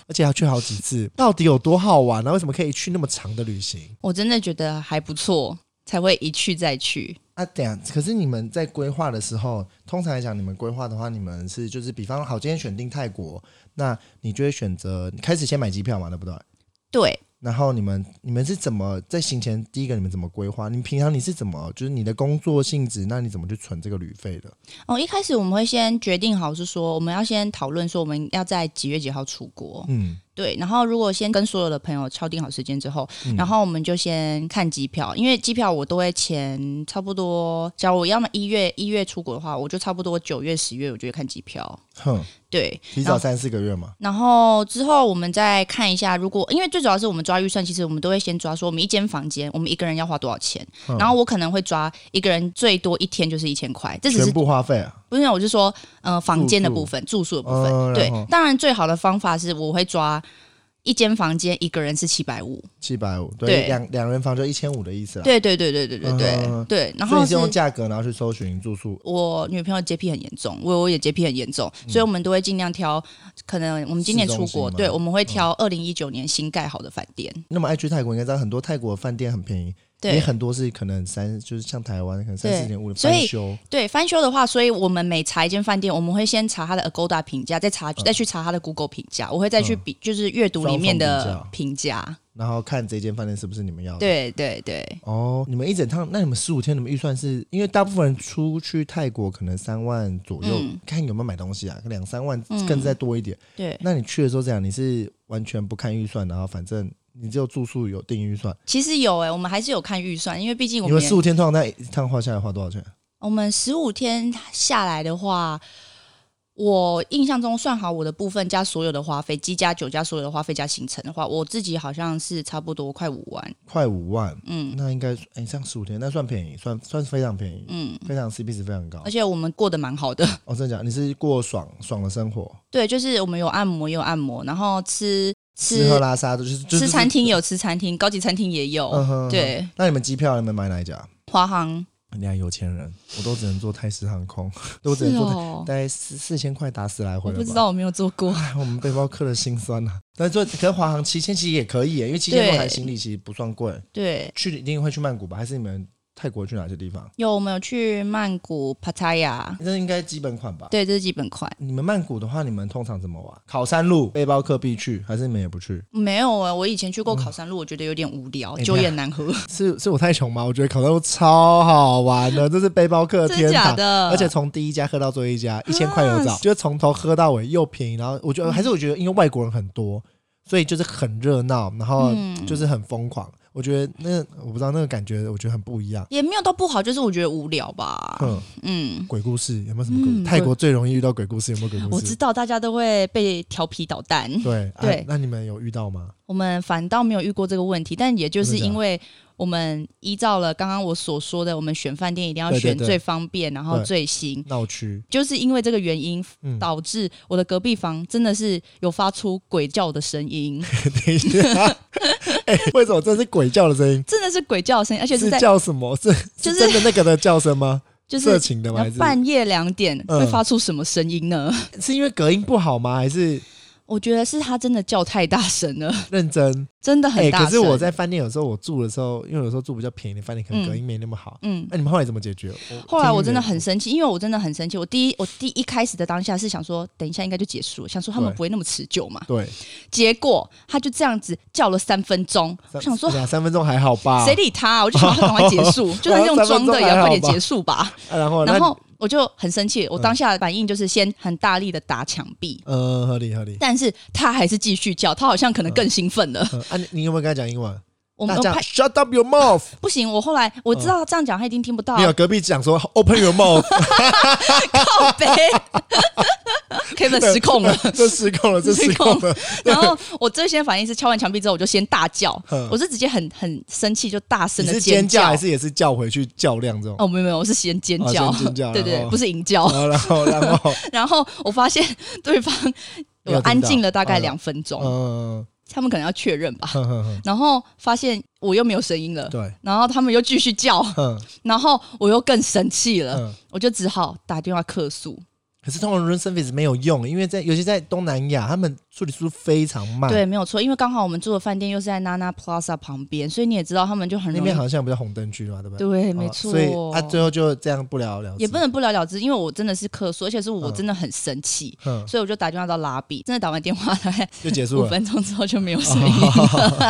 [SPEAKER 2] 而且要去好几次，到底有多好玩啊？为什么可以去那么长的旅行？
[SPEAKER 3] 我真的觉得还不错，才会一去再去。
[SPEAKER 2] 啊，等一下，可是你们在规划的时候，通常来讲，你们规划的话，你们是就是，比方好，今天选定泰国，那你就会选择开始先买机票嘛，对不对？
[SPEAKER 3] 对，
[SPEAKER 2] 然后你们你们是怎么在行前第一个你们怎么规划？你们平常你是怎么就是你的工作性质，那你怎么去存这个旅费的？
[SPEAKER 3] 哦，一开始我们会先决定好，是说我们要先讨论说我们要在几月几号出国。
[SPEAKER 2] 嗯，
[SPEAKER 3] 对，然后如果先跟所有的朋友敲定好时间之后，
[SPEAKER 2] 嗯
[SPEAKER 3] 然后我们就先看机票，因为机票我都会前差不多，假如我要么一月一月出国的话，我就差不多九月十月我就会看机票。
[SPEAKER 2] 哼，
[SPEAKER 3] 对，
[SPEAKER 2] 提
[SPEAKER 3] 然
[SPEAKER 2] 早
[SPEAKER 3] 后
[SPEAKER 2] 三四个月嘛，
[SPEAKER 3] 然后之后我们再看一下，如果因为最主要是我们抓预算，其实我们都会先抓说我们一间房间我们一个人要花多少钱，
[SPEAKER 2] 嗯
[SPEAKER 3] 然后我可能会抓一个人最多一天就是一千块，这只
[SPEAKER 2] 全
[SPEAKER 3] 是
[SPEAKER 2] 部花费啊。
[SPEAKER 3] 不是我是说呃房间的
[SPEAKER 2] 住宿
[SPEAKER 3] 部分住宿的部分，
[SPEAKER 2] 嗯
[SPEAKER 3] 对
[SPEAKER 2] 然后，
[SPEAKER 3] 当然最好的方法是我会抓一间房间一个人是七百五，
[SPEAKER 2] 七百五，对，
[SPEAKER 3] 对
[SPEAKER 2] 两两人房就一千五的意思啦。，
[SPEAKER 3] 对对对对对对对、
[SPEAKER 2] 嗯
[SPEAKER 3] 对，然
[SPEAKER 2] 所以
[SPEAKER 3] 后
[SPEAKER 2] 你是
[SPEAKER 3] 是
[SPEAKER 2] 用价格然后去搜寻住宿。
[SPEAKER 3] 我女朋友洁癖很严重，我我也洁癖很严重，所以我们都会尽量挑，可能我们今年
[SPEAKER 2] 嗯市中
[SPEAKER 3] 出
[SPEAKER 2] 心
[SPEAKER 3] 国，
[SPEAKER 2] 吗嗯
[SPEAKER 3] 对，我们会挑二零一九年新盖好的饭店，
[SPEAKER 2] 那么爱去泰国，应该知道很多泰国的饭店很便宜，也
[SPEAKER 3] 对
[SPEAKER 2] 很多是可能三，就是像台湾可能三
[SPEAKER 3] 对
[SPEAKER 2] 四点五的
[SPEAKER 3] 所以
[SPEAKER 2] 翻修，
[SPEAKER 3] 对，翻修的话，所以我们每查一间饭店，我们会先查它的 Agoda 评价，再查再去查它的 Google 评价，我会再去比、就是阅读里面的嗯评价，
[SPEAKER 2] 然后看这间饭店是不是你们要的。，
[SPEAKER 3] 对对对，
[SPEAKER 2] 哦，你们一整趟，那你们十五天，你们预算是因为大部分人出去泰国可能三万左右，
[SPEAKER 3] 嗯
[SPEAKER 2] 看有没有买东西啊，两三万
[SPEAKER 3] 嗯
[SPEAKER 2] 更再多一点。
[SPEAKER 3] 对，
[SPEAKER 2] 那你去的时候这样，你是完全不看预算，然后反正你只有住宿有定预算。
[SPEAKER 3] 其实有哎、我们还是有看预算，因为毕竟我
[SPEAKER 2] 你们
[SPEAKER 3] 们
[SPEAKER 2] 十五天通常在一趟花下来花多少钱？
[SPEAKER 3] 我们十五天下来的话，我印象中算好我的部分加所有的花费，机加酒加所有的花费加行程的话，我自己好像是差不多快五万。
[SPEAKER 2] 快五万，
[SPEAKER 3] 嗯
[SPEAKER 2] 那应该哎、这样十五天那算便宜，算算是非常便宜，
[SPEAKER 3] 嗯，
[SPEAKER 2] 非常 CP 值非常高
[SPEAKER 3] 而。且我们过得蛮好的。
[SPEAKER 2] 哦，真的假的？你是过爽爽的生活，
[SPEAKER 3] 对，就是我们有按摩也有按摩，然后吃
[SPEAKER 2] 吃喝拉撒都就是就是
[SPEAKER 3] 吃餐。厅也有吃餐厅，高级餐厅也有。
[SPEAKER 2] 嗯哼，
[SPEAKER 3] 对，
[SPEAKER 2] 那你们机票你们买哪一家？
[SPEAKER 3] 华航
[SPEAKER 2] 你看有钱人，我都只能坐泰式航空， 都只
[SPEAKER 3] 是
[SPEAKER 2] 能坐泰，
[SPEAKER 3] 哦
[SPEAKER 2] 大，概四四千块打死来
[SPEAKER 3] 我
[SPEAKER 2] 回了吧。
[SPEAKER 3] 不知道，我没有做 过。
[SPEAKER 2] 哎，我们背包客的心酸呐、啊。但坐可是华航七千其实也可以耶，因为七千块
[SPEAKER 3] 对
[SPEAKER 2] 还行李其实不算贵。
[SPEAKER 3] 对，
[SPEAKER 2] 去一定会去曼谷吧？还是你们泰国去哪些地方？
[SPEAKER 3] 有我们有去曼谷、帕塔亚，
[SPEAKER 2] 这应该基本款吧？
[SPEAKER 3] 对，这是基本款。
[SPEAKER 2] 你们曼谷的话，你们通常怎么玩？考山路背包客必去，还是你们也不去？
[SPEAKER 3] 没有啊、我以前去过考山路，我觉得有点无聊，
[SPEAKER 2] 哎
[SPEAKER 3] 酒也难喝，
[SPEAKER 2] 是是我太穷吗？我觉得烤山路超好玩的，这是背包客的
[SPEAKER 3] 真的
[SPEAKER 2] 天
[SPEAKER 3] 假
[SPEAKER 2] 堂。
[SPEAKER 3] 的？啊
[SPEAKER 2] 而且从第一家喝到最后一家，一千块有找，就是从头喝到尾，又便宜。然后我
[SPEAKER 3] 嗯
[SPEAKER 2] 觉得还是我觉得，因为外国人很多，所以就是很热闹，然后
[SPEAKER 3] 嗯
[SPEAKER 2] 就是很疯狂。我觉得那我不知道那个感觉，我觉得很不一样。
[SPEAKER 3] 也没有到不好，就是我觉得无 聊吧。
[SPEAKER 2] 嗯，
[SPEAKER 3] 嗯，
[SPEAKER 2] 鬼故事有没有什么鬼故事？
[SPEAKER 3] 嗯
[SPEAKER 2] 泰国最容易遇到鬼故事，有没有鬼故
[SPEAKER 3] 我知
[SPEAKER 2] 事？
[SPEAKER 3] 道大家都会被调皮捣蛋，
[SPEAKER 2] 对啊
[SPEAKER 3] 对
[SPEAKER 2] 那你们有遇到吗？
[SPEAKER 3] 我们反倒没有遇过这个问题，但也就
[SPEAKER 2] 啊
[SPEAKER 3] 是因为我们依照了刚刚我所说的，我们选饭店一定要
[SPEAKER 2] 对对
[SPEAKER 3] 选
[SPEAKER 2] 对
[SPEAKER 3] 最方便，然后
[SPEAKER 2] 对
[SPEAKER 3] 最新。
[SPEAKER 2] 闹区，
[SPEAKER 3] 就是因为这个原因，
[SPEAKER 2] 嗯，
[SPEAKER 3] 导致我的隔壁房真的是有发出鬼叫的声 音，
[SPEAKER 2] 等一下， 哎，为什么这是鬼叫的声音？
[SPEAKER 3] 真的是鬼叫的声音，而且是
[SPEAKER 2] 是
[SPEAKER 3] 在
[SPEAKER 2] 叫什么？是
[SPEAKER 3] 就
[SPEAKER 2] 是
[SPEAKER 3] 是
[SPEAKER 2] 真的那个的叫声吗？
[SPEAKER 3] 就
[SPEAKER 2] 色
[SPEAKER 3] 是
[SPEAKER 2] 情的吗？
[SPEAKER 3] 然
[SPEAKER 2] 还
[SPEAKER 3] 后
[SPEAKER 2] 是
[SPEAKER 3] 半夜两点
[SPEAKER 2] 嗯
[SPEAKER 3] 会发出什么声音呢？
[SPEAKER 2] 是因为隔音不好吗？还是
[SPEAKER 3] 我觉得是他真的叫太大声了，
[SPEAKER 2] 认真？
[SPEAKER 3] 真的很
[SPEAKER 2] 哎、
[SPEAKER 3] 大声。
[SPEAKER 2] 可是我在饭店有时候我住的时候，因为有时候住比较便宜的饭店，可能
[SPEAKER 3] 嗯
[SPEAKER 2] 隔音没那么好。
[SPEAKER 3] 嗯
[SPEAKER 2] 那、，你们后来怎么解决？
[SPEAKER 3] 后来我真的
[SPEAKER 2] 哎听
[SPEAKER 3] 很
[SPEAKER 2] 你
[SPEAKER 3] 生气，因为我真的很生气。我第一我第一开始的当下是想说，等一下应该就结束了，想说他们
[SPEAKER 2] 对
[SPEAKER 3] 不会那么持久嘛。
[SPEAKER 2] 对，
[SPEAKER 3] 结果他就这样子叫了三分钟，我
[SPEAKER 2] 三
[SPEAKER 3] 想说。
[SPEAKER 2] 两三分钟还好吧？
[SPEAKER 3] 谁理他啊、我就想要赶快结 束，就算用装的也要快点结束吧。
[SPEAKER 2] 啊然后
[SPEAKER 3] 然
[SPEAKER 2] 那嗯
[SPEAKER 3] 后我就很生气，我当下的反应就是先很大力的打墙壁，
[SPEAKER 2] 呃，合理合理。
[SPEAKER 3] 但是他还是继续叫，他好像可能更兴奋了。
[SPEAKER 2] 嗯，啊，你你有没有跟他讲英文？
[SPEAKER 3] 我们
[SPEAKER 2] 大
[SPEAKER 3] 我
[SPEAKER 2] 家
[SPEAKER 3] 拍
[SPEAKER 2] shut up your mouth。
[SPEAKER 3] 不行，我后来我知道这样讲他一定听不到啊
[SPEAKER 2] 没有，隔壁讲说 open your mouth，
[SPEAKER 3] 靠 背，Kevin 失控了。
[SPEAKER 2] 这失控了，这失控了。
[SPEAKER 3] 然后我最先反应是敲完墙壁之后，我就先大叫
[SPEAKER 2] 嗯，
[SPEAKER 3] 我是直接很很生气，就大声
[SPEAKER 2] 你
[SPEAKER 3] 的
[SPEAKER 2] 是尖
[SPEAKER 3] 叫。
[SPEAKER 2] 叫还是也是叫回去较量这种？
[SPEAKER 3] 哦，没有没有，我是先尖
[SPEAKER 2] 哦
[SPEAKER 3] 叫，
[SPEAKER 2] 先尖叫
[SPEAKER 3] 对对
[SPEAKER 2] 然
[SPEAKER 3] 对
[SPEAKER 2] 后，
[SPEAKER 3] 不是吟叫。
[SPEAKER 2] 啊然后然后，
[SPEAKER 3] 然后我发现对方
[SPEAKER 2] 没
[SPEAKER 3] 有
[SPEAKER 2] 有听到
[SPEAKER 3] 安静了大概
[SPEAKER 2] 嗯
[SPEAKER 3] 两分钟，
[SPEAKER 2] 嗯，
[SPEAKER 3] 他们可能要确认吧。
[SPEAKER 2] 哼哼哼
[SPEAKER 3] 然后发现我又没有声音了，
[SPEAKER 2] 嗯对，
[SPEAKER 3] 然后他们又继续叫，
[SPEAKER 2] 嗯
[SPEAKER 3] 然后我又更生气了，
[SPEAKER 2] 嗯。
[SPEAKER 3] 我就只好打电话客诉。
[SPEAKER 2] 可是通常 room service 没有用，因为在尤其在东南亚，他们处理速度非常慢。，
[SPEAKER 3] 对，没有错，因为刚好我们住的饭店又是在 Nana Plaza 旁边，所以你也知道他们就很
[SPEAKER 2] 那
[SPEAKER 3] 容
[SPEAKER 2] 边
[SPEAKER 3] 易。
[SPEAKER 2] 好像比较红灯区嘛，对不对？
[SPEAKER 3] 对，
[SPEAKER 2] 好
[SPEAKER 3] 没
[SPEAKER 2] 吧
[SPEAKER 3] 错。
[SPEAKER 2] 所以他最后就这样不了了之。
[SPEAKER 3] 也不能不了了之，因为我真的是客诉，而且是我真的很生气，
[SPEAKER 2] 嗯，
[SPEAKER 3] 所以我就打电话到拉 比，真的打完电话大概
[SPEAKER 2] 就结束
[SPEAKER 3] 五
[SPEAKER 2] 了。
[SPEAKER 3] 分钟之后就没有声
[SPEAKER 2] 哦
[SPEAKER 3] 音，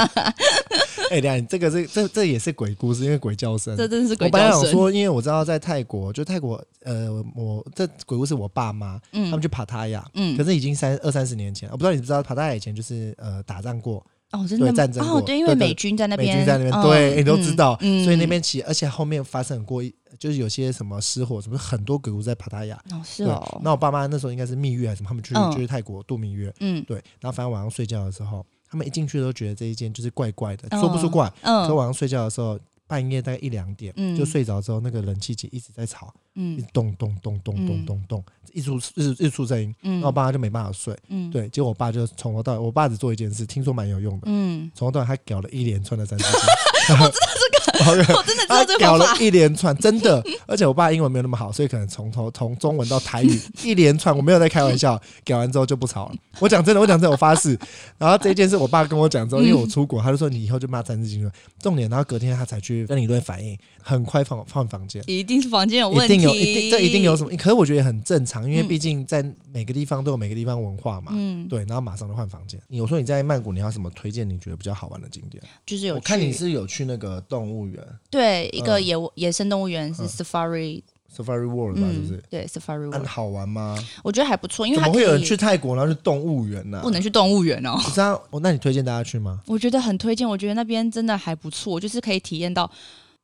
[SPEAKER 2] 哎，等一下，你这个这这这也是鬼故事，因为鬼叫声。
[SPEAKER 3] 这真的是
[SPEAKER 2] 我
[SPEAKER 3] 鬼
[SPEAKER 2] 本来
[SPEAKER 3] 叫
[SPEAKER 2] 想
[SPEAKER 3] 声。
[SPEAKER 2] 说，因为我知道在泰国，就泰国，呃，我这鬼故事我爸妈他
[SPEAKER 3] 嗯
[SPEAKER 2] 们去帕塔亚，
[SPEAKER 3] 嗯
[SPEAKER 2] 可，是已经三二三十年前了，我不知道你知不知道帕塔亚以前就是呃打仗过，
[SPEAKER 3] 哦，真
[SPEAKER 2] 对
[SPEAKER 3] 的吗
[SPEAKER 2] 战争
[SPEAKER 3] 哦，
[SPEAKER 2] 过
[SPEAKER 3] 对，因
[SPEAKER 2] 对
[SPEAKER 3] 为
[SPEAKER 2] 对
[SPEAKER 3] 美军在那
[SPEAKER 2] 美
[SPEAKER 3] 边，
[SPEAKER 2] 军在那边，
[SPEAKER 3] 嗯
[SPEAKER 2] 对，你都知道，
[SPEAKER 3] 嗯
[SPEAKER 2] 所以那边其而且后面发生过一，就是有些什么失火，什么很多鬼屋在帕塔亚。
[SPEAKER 3] 哦是
[SPEAKER 2] 对，
[SPEAKER 3] 哦，
[SPEAKER 2] 那我爸妈那时候应该是蜜月还是什么，他们去
[SPEAKER 3] 嗯
[SPEAKER 2] 就是泰国度蜜月，
[SPEAKER 3] 嗯
[SPEAKER 2] 对，然后反正晚上睡觉的时候，他们一进去都觉得这一间就是怪怪的，
[SPEAKER 3] 嗯
[SPEAKER 2] 说不出怪。所以
[SPEAKER 3] 嗯
[SPEAKER 2] 晚上睡觉的时候，半夜大概一两点
[SPEAKER 3] 嗯
[SPEAKER 2] 就睡着之后，那个冷气机一直在吵，一
[SPEAKER 3] 嗯
[SPEAKER 2] 直咚咚咚咚咚
[SPEAKER 3] 嗯
[SPEAKER 2] 咚咚，一出一直一出声音，然后我
[SPEAKER 3] 嗯
[SPEAKER 2] 爸妈就没办法睡。
[SPEAKER 3] 嗯，
[SPEAKER 2] 对，结果我爸就从头到尾，我爸只做一件事，听说蛮有用的，
[SPEAKER 3] 嗯，
[SPEAKER 2] 从头到尾他搞了一连串的三字经， 我知道这个，
[SPEAKER 3] 我哦真的知道
[SPEAKER 2] 他
[SPEAKER 3] 这个
[SPEAKER 2] 搞啊
[SPEAKER 3] 方
[SPEAKER 2] 了
[SPEAKER 3] 法，
[SPEAKER 2] 一连串，真的， 而且我爸英文没有那么好，所以可能从头从中文到台语一连串，我没有在开玩笑， 搞完之后就不吵了。我讲真的，我讲真的，我发誓。然后这件事我爸跟我讲之后，因为我出国，他就说你以后就骂三字经了。重点，然后隔天他才去跟理论反应，很快放放房间。
[SPEAKER 3] 一定是房间有
[SPEAKER 2] 一
[SPEAKER 3] 问
[SPEAKER 2] 定
[SPEAKER 3] 题，
[SPEAKER 2] 有，一定这一定有什
[SPEAKER 3] 么，
[SPEAKER 2] 么？可是我觉得也很正常，因为
[SPEAKER 3] 嗯
[SPEAKER 2] 毕竟在每个地方都有每个地方文化嘛。
[SPEAKER 3] 嗯，
[SPEAKER 2] 对，然后马上就换房间。你有说你在曼谷，你要什么推荐？你觉得比较好玩的景点？
[SPEAKER 3] 就是有
[SPEAKER 2] 我看你
[SPEAKER 3] 去
[SPEAKER 2] 是有去那个动物园
[SPEAKER 3] 对一个
[SPEAKER 2] 嗯
[SPEAKER 3] 野野生动物园是
[SPEAKER 2] 嗯
[SPEAKER 3] Safari，
[SPEAKER 2] Safari World 吧，是不
[SPEAKER 3] 嗯
[SPEAKER 2] 是？，
[SPEAKER 3] 对 Safari
[SPEAKER 2] 很
[SPEAKER 3] World，
[SPEAKER 2] 好玩吗？
[SPEAKER 3] 我觉得还不错，因为
[SPEAKER 2] 怎
[SPEAKER 3] 它
[SPEAKER 2] 么
[SPEAKER 3] 可
[SPEAKER 2] 会有人
[SPEAKER 3] 以
[SPEAKER 2] 去泰国然后去动物园呢、
[SPEAKER 3] 不能去动物园哦。
[SPEAKER 2] 不是啊，哦，那你推荐大家去吗？
[SPEAKER 3] 我觉得很推荐，我觉得那边真的还不错，就是可以体验到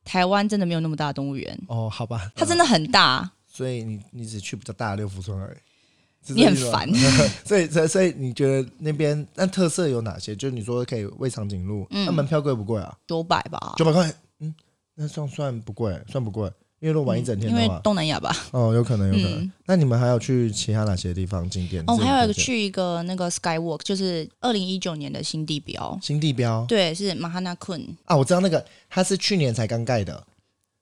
[SPEAKER 3] 台湾真的没有那么大的动物园，
[SPEAKER 2] 哦，好吧，
[SPEAKER 3] 它真
[SPEAKER 2] 的，
[SPEAKER 3] 的很大。
[SPEAKER 2] 所以你你只去比较大的六福村而已。是
[SPEAKER 3] 你
[SPEAKER 2] 这
[SPEAKER 3] 很
[SPEAKER 2] 意思吗
[SPEAKER 3] 烦，
[SPEAKER 2] 所以所以所以你觉得那边那特色有哪些？就是你说可以喂长颈鹿，那、
[SPEAKER 3] 嗯
[SPEAKER 2] 门票贵不贵啊？
[SPEAKER 3] 九百吧，
[SPEAKER 2] 九百块，嗯，那算算不贵，算不贵，因为如果玩一整天
[SPEAKER 3] 嗯因
[SPEAKER 2] 的
[SPEAKER 3] 为
[SPEAKER 2] 话，
[SPEAKER 3] 东南亚吧。
[SPEAKER 2] 哦，有可能，有可能。
[SPEAKER 3] 嗯
[SPEAKER 2] 那你们还有去其他哪些地方景点？
[SPEAKER 3] 哦，还有一
[SPEAKER 2] 你
[SPEAKER 3] 个
[SPEAKER 2] 自己推荐
[SPEAKER 3] 去一个那个 Skywalk，就是二零一九年的新地标，
[SPEAKER 2] 新地标
[SPEAKER 3] 对，是马哈纳昆。
[SPEAKER 2] 啊，我知道那个它是去年才刚盖的，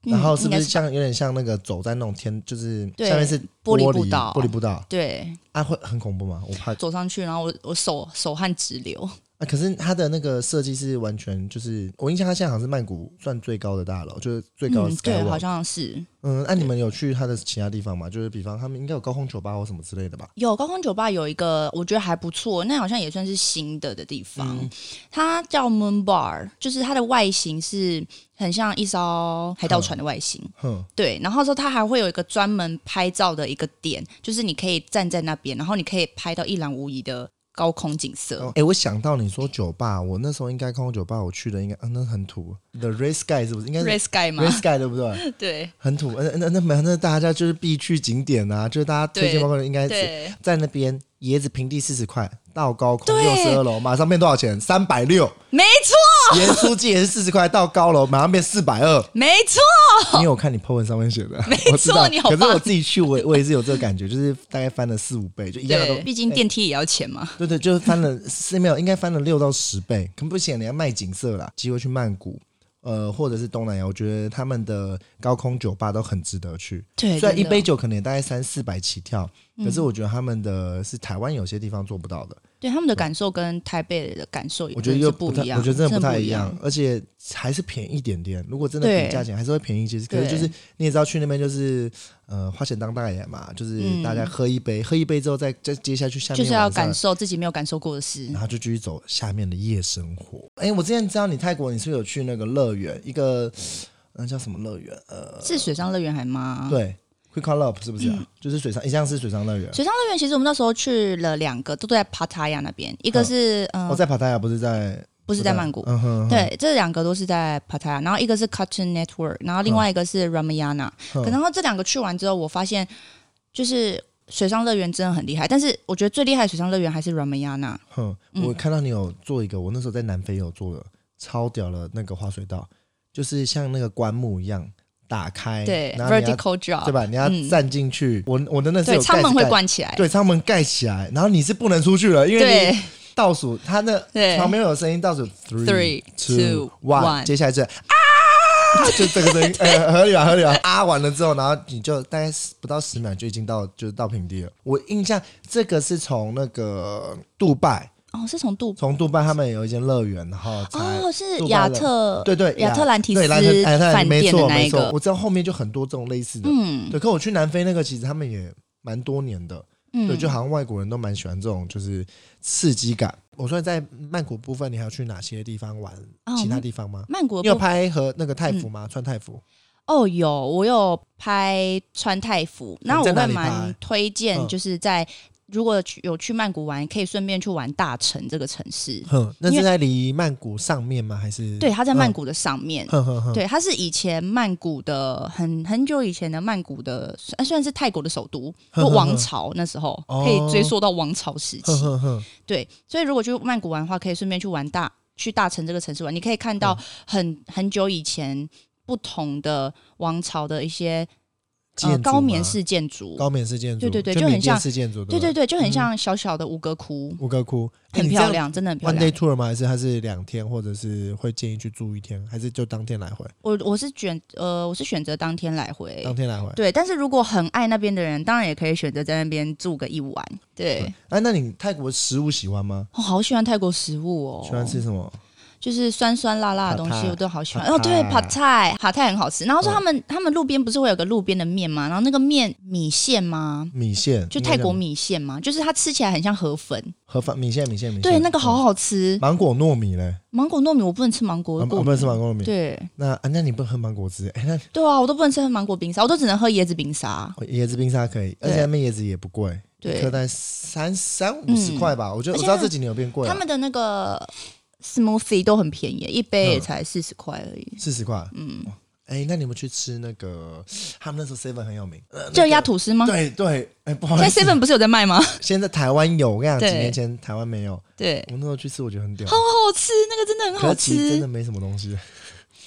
[SPEAKER 3] 嗯
[SPEAKER 2] 然后是
[SPEAKER 3] 应
[SPEAKER 2] 不
[SPEAKER 3] 该
[SPEAKER 2] 是
[SPEAKER 3] 是
[SPEAKER 2] 像有点像那个走在那种天，就是
[SPEAKER 3] 对
[SPEAKER 2] 下面是
[SPEAKER 3] 玻璃
[SPEAKER 2] 璃
[SPEAKER 3] 步道
[SPEAKER 2] 玻璃步道
[SPEAKER 3] 对，
[SPEAKER 2] 啊，会很恐怖吗？我怕
[SPEAKER 3] 走上去，然后我我手手汗直流。
[SPEAKER 2] 啊。可是它的那个设计是完全就是，我印象它现在好像是曼谷算最高的大楼，就是最高的
[SPEAKER 3] 嗯，对，好
[SPEAKER 2] Skywalk。
[SPEAKER 3] 像是
[SPEAKER 2] 嗯，那、你们有去它的其他地方吗？就是比方他们应该有高空酒吧或什么之类的吧？
[SPEAKER 3] 有高空酒吧有一个，我觉得还不错，那好像也算是新的的地方。
[SPEAKER 2] 嗯
[SPEAKER 3] 它叫 Moon Bar，就是它的外形是很像一艘
[SPEAKER 2] 嗯
[SPEAKER 3] 海盗船的外形。
[SPEAKER 2] 哼，
[SPEAKER 3] 对，然后说它还会有一个专门拍照的一个点，就是你可以站在那边，然后你可以拍到一览无遗的高空景色。
[SPEAKER 2] 哎、我想到你说酒吧，我那时候应该高空酒吧，我去的应该，嗯、那很土。The Red Sky 是不是？应该是
[SPEAKER 3] Red Sky 嘛
[SPEAKER 2] Red，Sky 对不对？
[SPEAKER 3] 对
[SPEAKER 2] 很土，呃那那那那那大家就是必去景点啊，就是大家推荐
[SPEAKER 3] 对
[SPEAKER 2] 包括应该是
[SPEAKER 3] 对，
[SPEAKER 2] 在那边椰子平地四十块，到高空
[SPEAKER 3] 对
[SPEAKER 2] 六十二楼，马上变多少钱？三百六。
[SPEAKER 3] 没错，
[SPEAKER 2] 盐酥鸡也是四十块，到高楼马上变四百二。
[SPEAKER 3] 没错，
[SPEAKER 2] 因为我看你 po 文上面写的，
[SPEAKER 3] 哦没
[SPEAKER 2] 我知道
[SPEAKER 3] 错你好
[SPEAKER 2] 可是我
[SPEAKER 3] 棒
[SPEAKER 2] 自己去，我也我也是有这个感觉，就是大概翻了四五倍，就一样的
[SPEAKER 3] 对，
[SPEAKER 2] 东
[SPEAKER 3] 毕竟电梯也要钱嘛。
[SPEAKER 2] 对对，就是翻了是没有，应该翻了六到十倍，可不显得要卖景色啦。机会去曼谷，呃，或者是东南亚，我觉得他们的高空酒吧都很值得去。
[SPEAKER 3] 对，
[SPEAKER 2] 虽然一
[SPEAKER 3] 真的嗯
[SPEAKER 2] 杯酒可能也大概三四百起跳，可是我觉得他们的是台湾有些地方做不到的，
[SPEAKER 3] 对他们的感受跟台北的感受，
[SPEAKER 2] 我觉得又
[SPEAKER 3] 不
[SPEAKER 2] 太，
[SPEAKER 3] 一样，
[SPEAKER 2] 我觉得真的不太
[SPEAKER 3] 一
[SPEAKER 2] 一样，，而且还是便宜一点点。如果真的比
[SPEAKER 3] 对
[SPEAKER 2] 价钱，还是会便宜一些。可是
[SPEAKER 3] 对
[SPEAKER 2] 就是你也知道，去那边就是呃花钱当大爷嘛，就是
[SPEAKER 3] 嗯
[SPEAKER 2] 大家喝一杯，喝一杯之后再再接下去下面
[SPEAKER 3] 就是要
[SPEAKER 2] 晚上
[SPEAKER 3] 感受自己没有感受过的事
[SPEAKER 2] 然。后就继续走下面的夜生活。哎、我之前知道你泰国，你是不是有去那个乐园，一个那叫什么乐园？呃，
[SPEAKER 3] 是水上乐园还吗？，
[SPEAKER 2] 对，Quick Call Up 是不是
[SPEAKER 3] 嗯
[SPEAKER 2] 啊？就是水上，一向是水上乐园。
[SPEAKER 3] 水上乐园其实我们那时候去了两个，都在帕塔亚那边，一个是嗯、
[SPEAKER 2] 哦我、在帕塔亚不是在
[SPEAKER 3] 不是在曼谷，
[SPEAKER 2] 嗯哼，
[SPEAKER 3] 对，这两个都是在帕塔亚，然后一个是 Cartoon Network，然后另外一个是 Ramayana，、
[SPEAKER 2] 嗯
[SPEAKER 3] 然后这两个去完之后，我发现就是水上乐园真的很厉害，但是我觉得最厉害的水上乐园还是 Ramayana，
[SPEAKER 2] 哼，
[SPEAKER 3] 嗯
[SPEAKER 2] 我看到你有做一个，我那时候在南非有做的，超屌了那个滑水道，就是像那个棺木一样打开，
[SPEAKER 3] 对
[SPEAKER 2] 然后哎你要
[SPEAKER 3] ，Vertical
[SPEAKER 2] 对
[SPEAKER 3] Drop，
[SPEAKER 2] 吧？你要
[SPEAKER 3] 嗯
[SPEAKER 2] 站进去，我我的那是
[SPEAKER 3] 对，
[SPEAKER 2] 有
[SPEAKER 3] 舱
[SPEAKER 2] 盖
[SPEAKER 3] 门
[SPEAKER 2] 子
[SPEAKER 3] 会
[SPEAKER 2] 盖
[SPEAKER 3] 关起来，
[SPEAKER 2] 对，舱门盖起来，然后你是不能出去了，因为
[SPEAKER 3] 对
[SPEAKER 2] 你倒数，它的
[SPEAKER 3] 对
[SPEAKER 2] 旁边有声音倒数 three
[SPEAKER 3] Three,
[SPEAKER 2] two
[SPEAKER 3] two,
[SPEAKER 2] one，
[SPEAKER 3] one
[SPEAKER 2] 接下来是啊， 就这个声音，呃，合理吧，合理吧，啊完了之后，然后你就大概十不到十秒就已经到就是到平地了。我印象这个是从那个杜拜，
[SPEAKER 3] 哦，是从杜
[SPEAKER 2] 从杜拜他们有一间乐园，然后才。
[SPEAKER 3] 哦，是
[SPEAKER 2] 杜拜
[SPEAKER 3] 亚
[SPEAKER 2] 的
[SPEAKER 3] 特
[SPEAKER 2] 对对，
[SPEAKER 3] 亚特兰提斯
[SPEAKER 2] 对兰特兰特
[SPEAKER 3] 饭
[SPEAKER 2] 没
[SPEAKER 3] 店
[SPEAKER 2] 错
[SPEAKER 3] 的那
[SPEAKER 2] 没
[SPEAKER 3] 一
[SPEAKER 2] 错
[SPEAKER 3] 个，
[SPEAKER 2] 我知道后面就很多这种类似的，
[SPEAKER 3] 嗯
[SPEAKER 2] 对。可我去南非那个，其实他们也蛮多年的，对，
[SPEAKER 3] 嗯，
[SPEAKER 2] 就好像外国人都蛮喜欢这种就是刺激感。我说在曼谷部分，你还要去哪些地方玩？
[SPEAKER 3] 哦
[SPEAKER 2] 其他地方吗？
[SPEAKER 3] 曼谷嗯
[SPEAKER 2] 你有
[SPEAKER 3] 的部
[SPEAKER 2] 拍和那个泰服吗？穿泰服？
[SPEAKER 3] 哦，有我有拍穿泰服，那我
[SPEAKER 2] 在哪
[SPEAKER 3] 会
[SPEAKER 2] 里拍
[SPEAKER 3] 蛮推
[SPEAKER 2] 嗯
[SPEAKER 3] 荐，就是在、如果去有去曼谷玩，可以顺便去玩大城这个城市。
[SPEAKER 2] 哼，那
[SPEAKER 3] 因
[SPEAKER 2] 是
[SPEAKER 3] 为
[SPEAKER 2] 在离曼谷上面吗？还是
[SPEAKER 3] 对，它在曼
[SPEAKER 2] 嗯
[SPEAKER 3] 谷的上面。
[SPEAKER 2] 哼哼哼，
[SPEAKER 3] 对，它是以前曼谷的很很久以前的曼谷的，呃虽然是泰国的首都，
[SPEAKER 2] 呵呵呵
[SPEAKER 3] 王朝那时候
[SPEAKER 2] 嗯哦嗯
[SPEAKER 3] 可以追溯到王朝时期
[SPEAKER 2] 哼。哼哼，
[SPEAKER 3] 对，所以如果去曼谷玩的话，可以顺便去玩大去大城这个城市玩，你可以看到
[SPEAKER 2] 嗯
[SPEAKER 3] 很、很久以前不同的王朝的一些
[SPEAKER 2] 建
[SPEAKER 3] 呃
[SPEAKER 2] 筑
[SPEAKER 3] 高棉
[SPEAKER 2] 吗
[SPEAKER 3] 式建筑。
[SPEAKER 2] 高棉式建筑，
[SPEAKER 3] 对对对
[SPEAKER 2] 就
[SPEAKER 3] 就很
[SPEAKER 2] 缅甸
[SPEAKER 3] 像
[SPEAKER 2] 式建筑，
[SPEAKER 3] 对
[SPEAKER 2] 对
[SPEAKER 3] 对
[SPEAKER 2] 吧
[SPEAKER 3] 对，就很像小小的吴哥窟，
[SPEAKER 2] 吴哥窟哎
[SPEAKER 3] 很
[SPEAKER 2] 你这样
[SPEAKER 3] 漂亮，真的很漂
[SPEAKER 2] ，one day
[SPEAKER 3] 亮。
[SPEAKER 2] tour 吗？还是还是两天，或者是会建议去住一天，还是就当天来回？
[SPEAKER 3] 我我是选呃，我是选择当天来回。
[SPEAKER 2] 当天来回。
[SPEAKER 3] 对，但是如果很爱那边的人，当然也可以选择在那边住个一晚。对，
[SPEAKER 2] 哎，那你泰国食物喜欢吗？
[SPEAKER 3] 我、好喜欢泰国食物哦，
[SPEAKER 2] 喜欢吃什么？
[SPEAKER 3] 就是酸酸辣辣的东
[SPEAKER 2] 帕
[SPEAKER 3] 西，
[SPEAKER 2] 泰
[SPEAKER 3] 我都好喜欢。
[SPEAKER 2] 帕
[SPEAKER 3] 哦，对，
[SPEAKER 2] 泰
[SPEAKER 3] 帕菜，帕菜很好吃。然后说
[SPEAKER 2] 嗯
[SPEAKER 3] 他们、他们路边不是会有个路边的面吗？然后那个面米线吗？
[SPEAKER 2] 米线，
[SPEAKER 3] 就
[SPEAKER 2] 应该
[SPEAKER 3] 泰
[SPEAKER 2] 叫
[SPEAKER 3] 国米线吗？就是它吃起来很像河粉，
[SPEAKER 2] 盒饭米线，米线，米线。
[SPEAKER 3] 对，那个好
[SPEAKER 2] 嗯。
[SPEAKER 3] 好吃。
[SPEAKER 2] 芒果糯米嘞，
[SPEAKER 3] 芒果糯米我不能吃芒果，
[SPEAKER 2] 我
[SPEAKER 3] 过
[SPEAKER 2] 不能吃芒果糯米。
[SPEAKER 3] 对
[SPEAKER 2] 那啊，那你不能喝芒果汁？ 哎、那
[SPEAKER 3] 对啊，我都不能吃芒果冰沙，我都只能喝椰子冰沙。
[SPEAKER 2] 哦椰子冰沙可以，而
[SPEAKER 3] 对
[SPEAKER 2] 且那边椰子也不贵，
[SPEAKER 3] 对
[SPEAKER 2] 一颗在三三五十
[SPEAKER 3] 嗯
[SPEAKER 2] 块吧。我觉得我
[SPEAKER 3] 而且
[SPEAKER 2] 知道
[SPEAKER 3] 他
[SPEAKER 2] 这几年有变贵、
[SPEAKER 3] 他
[SPEAKER 2] 啊，
[SPEAKER 3] 们的那个 smoothie 都很便宜，一杯也
[SPEAKER 2] 嗯
[SPEAKER 3] 才四十块而已。
[SPEAKER 2] 四十块。
[SPEAKER 3] 嗯，
[SPEAKER 2] 哎、那你们去吃那个？他们那时候 seven 很有名，呃
[SPEAKER 3] 就压吐司吗？
[SPEAKER 2] 对对，哎、不好意
[SPEAKER 3] 啊现在
[SPEAKER 2] 思，
[SPEAKER 3] seven 不是有在卖吗？
[SPEAKER 2] 现在台湾有，我跟你讲，
[SPEAKER 3] 对
[SPEAKER 2] 几年前台湾没有，我
[SPEAKER 3] 对，
[SPEAKER 2] 那时候去吃，我觉得很屌。
[SPEAKER 3] 好好吃，那个真的很
[SPEAKER 2] 可
[SPEAKER 3] 好
[SPEAKER 2] 是其实真的
[SPEAKER 3] 吃。
[SPEAKER 2] 没什么东西，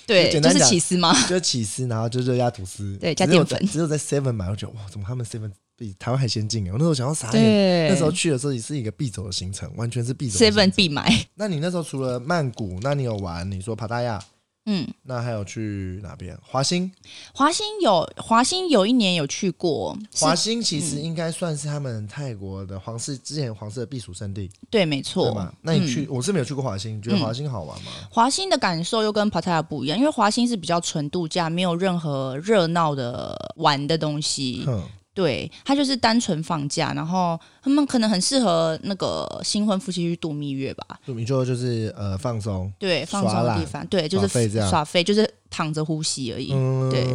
[SPEAKER 3] 对，
[SPEAKER 2] 简
[SPEAKER 3] 就
[SPEAKER 2] 单
[SPEAKER 3] 是
[SPEAKER 2] 讲
[SPEAKER 3] 起司吗？
[SPEAKER 2] 就起司，然后就热压吐司，
[SPEAKER 3] 对加
[SPEAKER 2] 只有
[SPEAKER 3] 淀粉
[SPEAKER 2] 在只有在 Seven 买，我觉得哇，怎么他们 Seven 比台湾还先进耶？我那时候想要傻眼。
[SPEAKER 3] 对，
[SPEAKER 2] 那时候去的时候也是一个必走的行程，完全是必走的行程。
[SPEAKER 3] seven 必买。
[SPEAKER 2] 那你那时候除了曼谷，那你有玩？你说帕塔亚，
[SPEAKER 3] 嗯，
[SPEAKER 2] 那还有去哪边？华兴，
[SPEAKER 3] 华兴有华兴有一年有去过，是嗯
[SPEAKER 2] 华兴其实应该算是他们泰国的皇室之前皇室的避暑胜地，
[SPEAKER 3] 对，没
[SPEAKER 2] 对
[SPEAKER 3] 错嗯
[SPEAKER 2] 吗。？那你去，我是没有去过华兴，你觉得华兴好玩吗？
[SPEAKER 3] 华兴的感受又跟 p a t a 不一样，因为华兴是比较纯度假，没有任何热闹的玩的东西。
[SPEAKER 2] 哼，
[SPEAKER 3] 对，它就是单纯放假，然后他们可能很适合那个新婚夫妻去度蜜月吧。
[SPEAKER 2] 就你就就是呃放松，
[SPEAKER 3] 对，放松
[SPEAKER 2] 耍
[SPEAKER 3] 的
[SPEAKER 2] 懒
[SPEAKER 3] 地方，对，就
[SPEAKER 2] 耍废
[SPEAKER 3] 是
[SPEAKER 2] 这样
[SPEAKER 3] 耍废，就是躺着呼吸而已。
[SPEAKER 2] 嗯，
[SPEAKER 3] 对。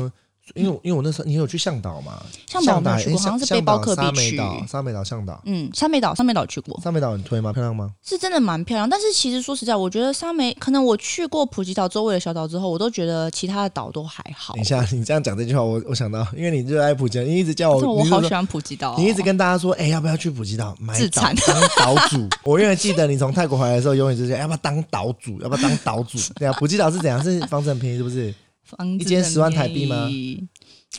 [SPEAKER 2] 因为我因为我那时候你有去向导嘛？
[SPEAKER 3] 向导我没有
[SPEAKER 2] 哎
[SPEAKER 3] 去过，好像是
[SPEAKER 2] 向
[SPEAKER 3] 背包客
[SPEAKER 2] 向导沙
[SPEAKER 3] 必
[SPEAKER 2] 美
[SPEAKER 3] 去。
[SPEAKER 2] 岛，沙美岛向导，
[SPEAKER 3] 嗯，沙美岛，沙美岛去过，
[SPEAKER 2] 沙美岛很推吗？漂亮吗？
[SPEAKER 3] 是真的蛮漂亮。但是其实说实在，我觉得沙美，可能我去过普吉岛周围的小岛之后，我都觉得其他的岛都还好
[SPEAKER 2] 等一。下，你这样讲这句话，我我想到，因为你热爱普吉，你一直叫
[SPEAKER 3] 但是
[SPEAKER 2] 我，
[SPEAKER 3] 我
[SPEAKER 2] 你
[SPEAKER 3] 好
[SPEAKER 2] 是
[SPEAKER 3] 喜
[SPEAKER 2] 说
[SPEAKER 3] 欢普吉岛哦、
[SPEAKER 2] 你一直跟大家说，哎、要不要去普吉岛买
[SPEAKER 3] 自
[SPEAKER 2] 岛
[SPEAKER 3] 残
[SPEAKER 2] 当岛主？我永远记得你从泰国回来的时候，永远就是要不要当岛主，要不要当岛主？对啊，普吉岛是怎样？是房子很便宜，是不是？
[SPEAKER 3] 房子
[SPEAKER 2] 一间
[SPEAKER 3] 很
[SPEAKER 2] 10万台币吗
[SPEAKER 3] 便宜？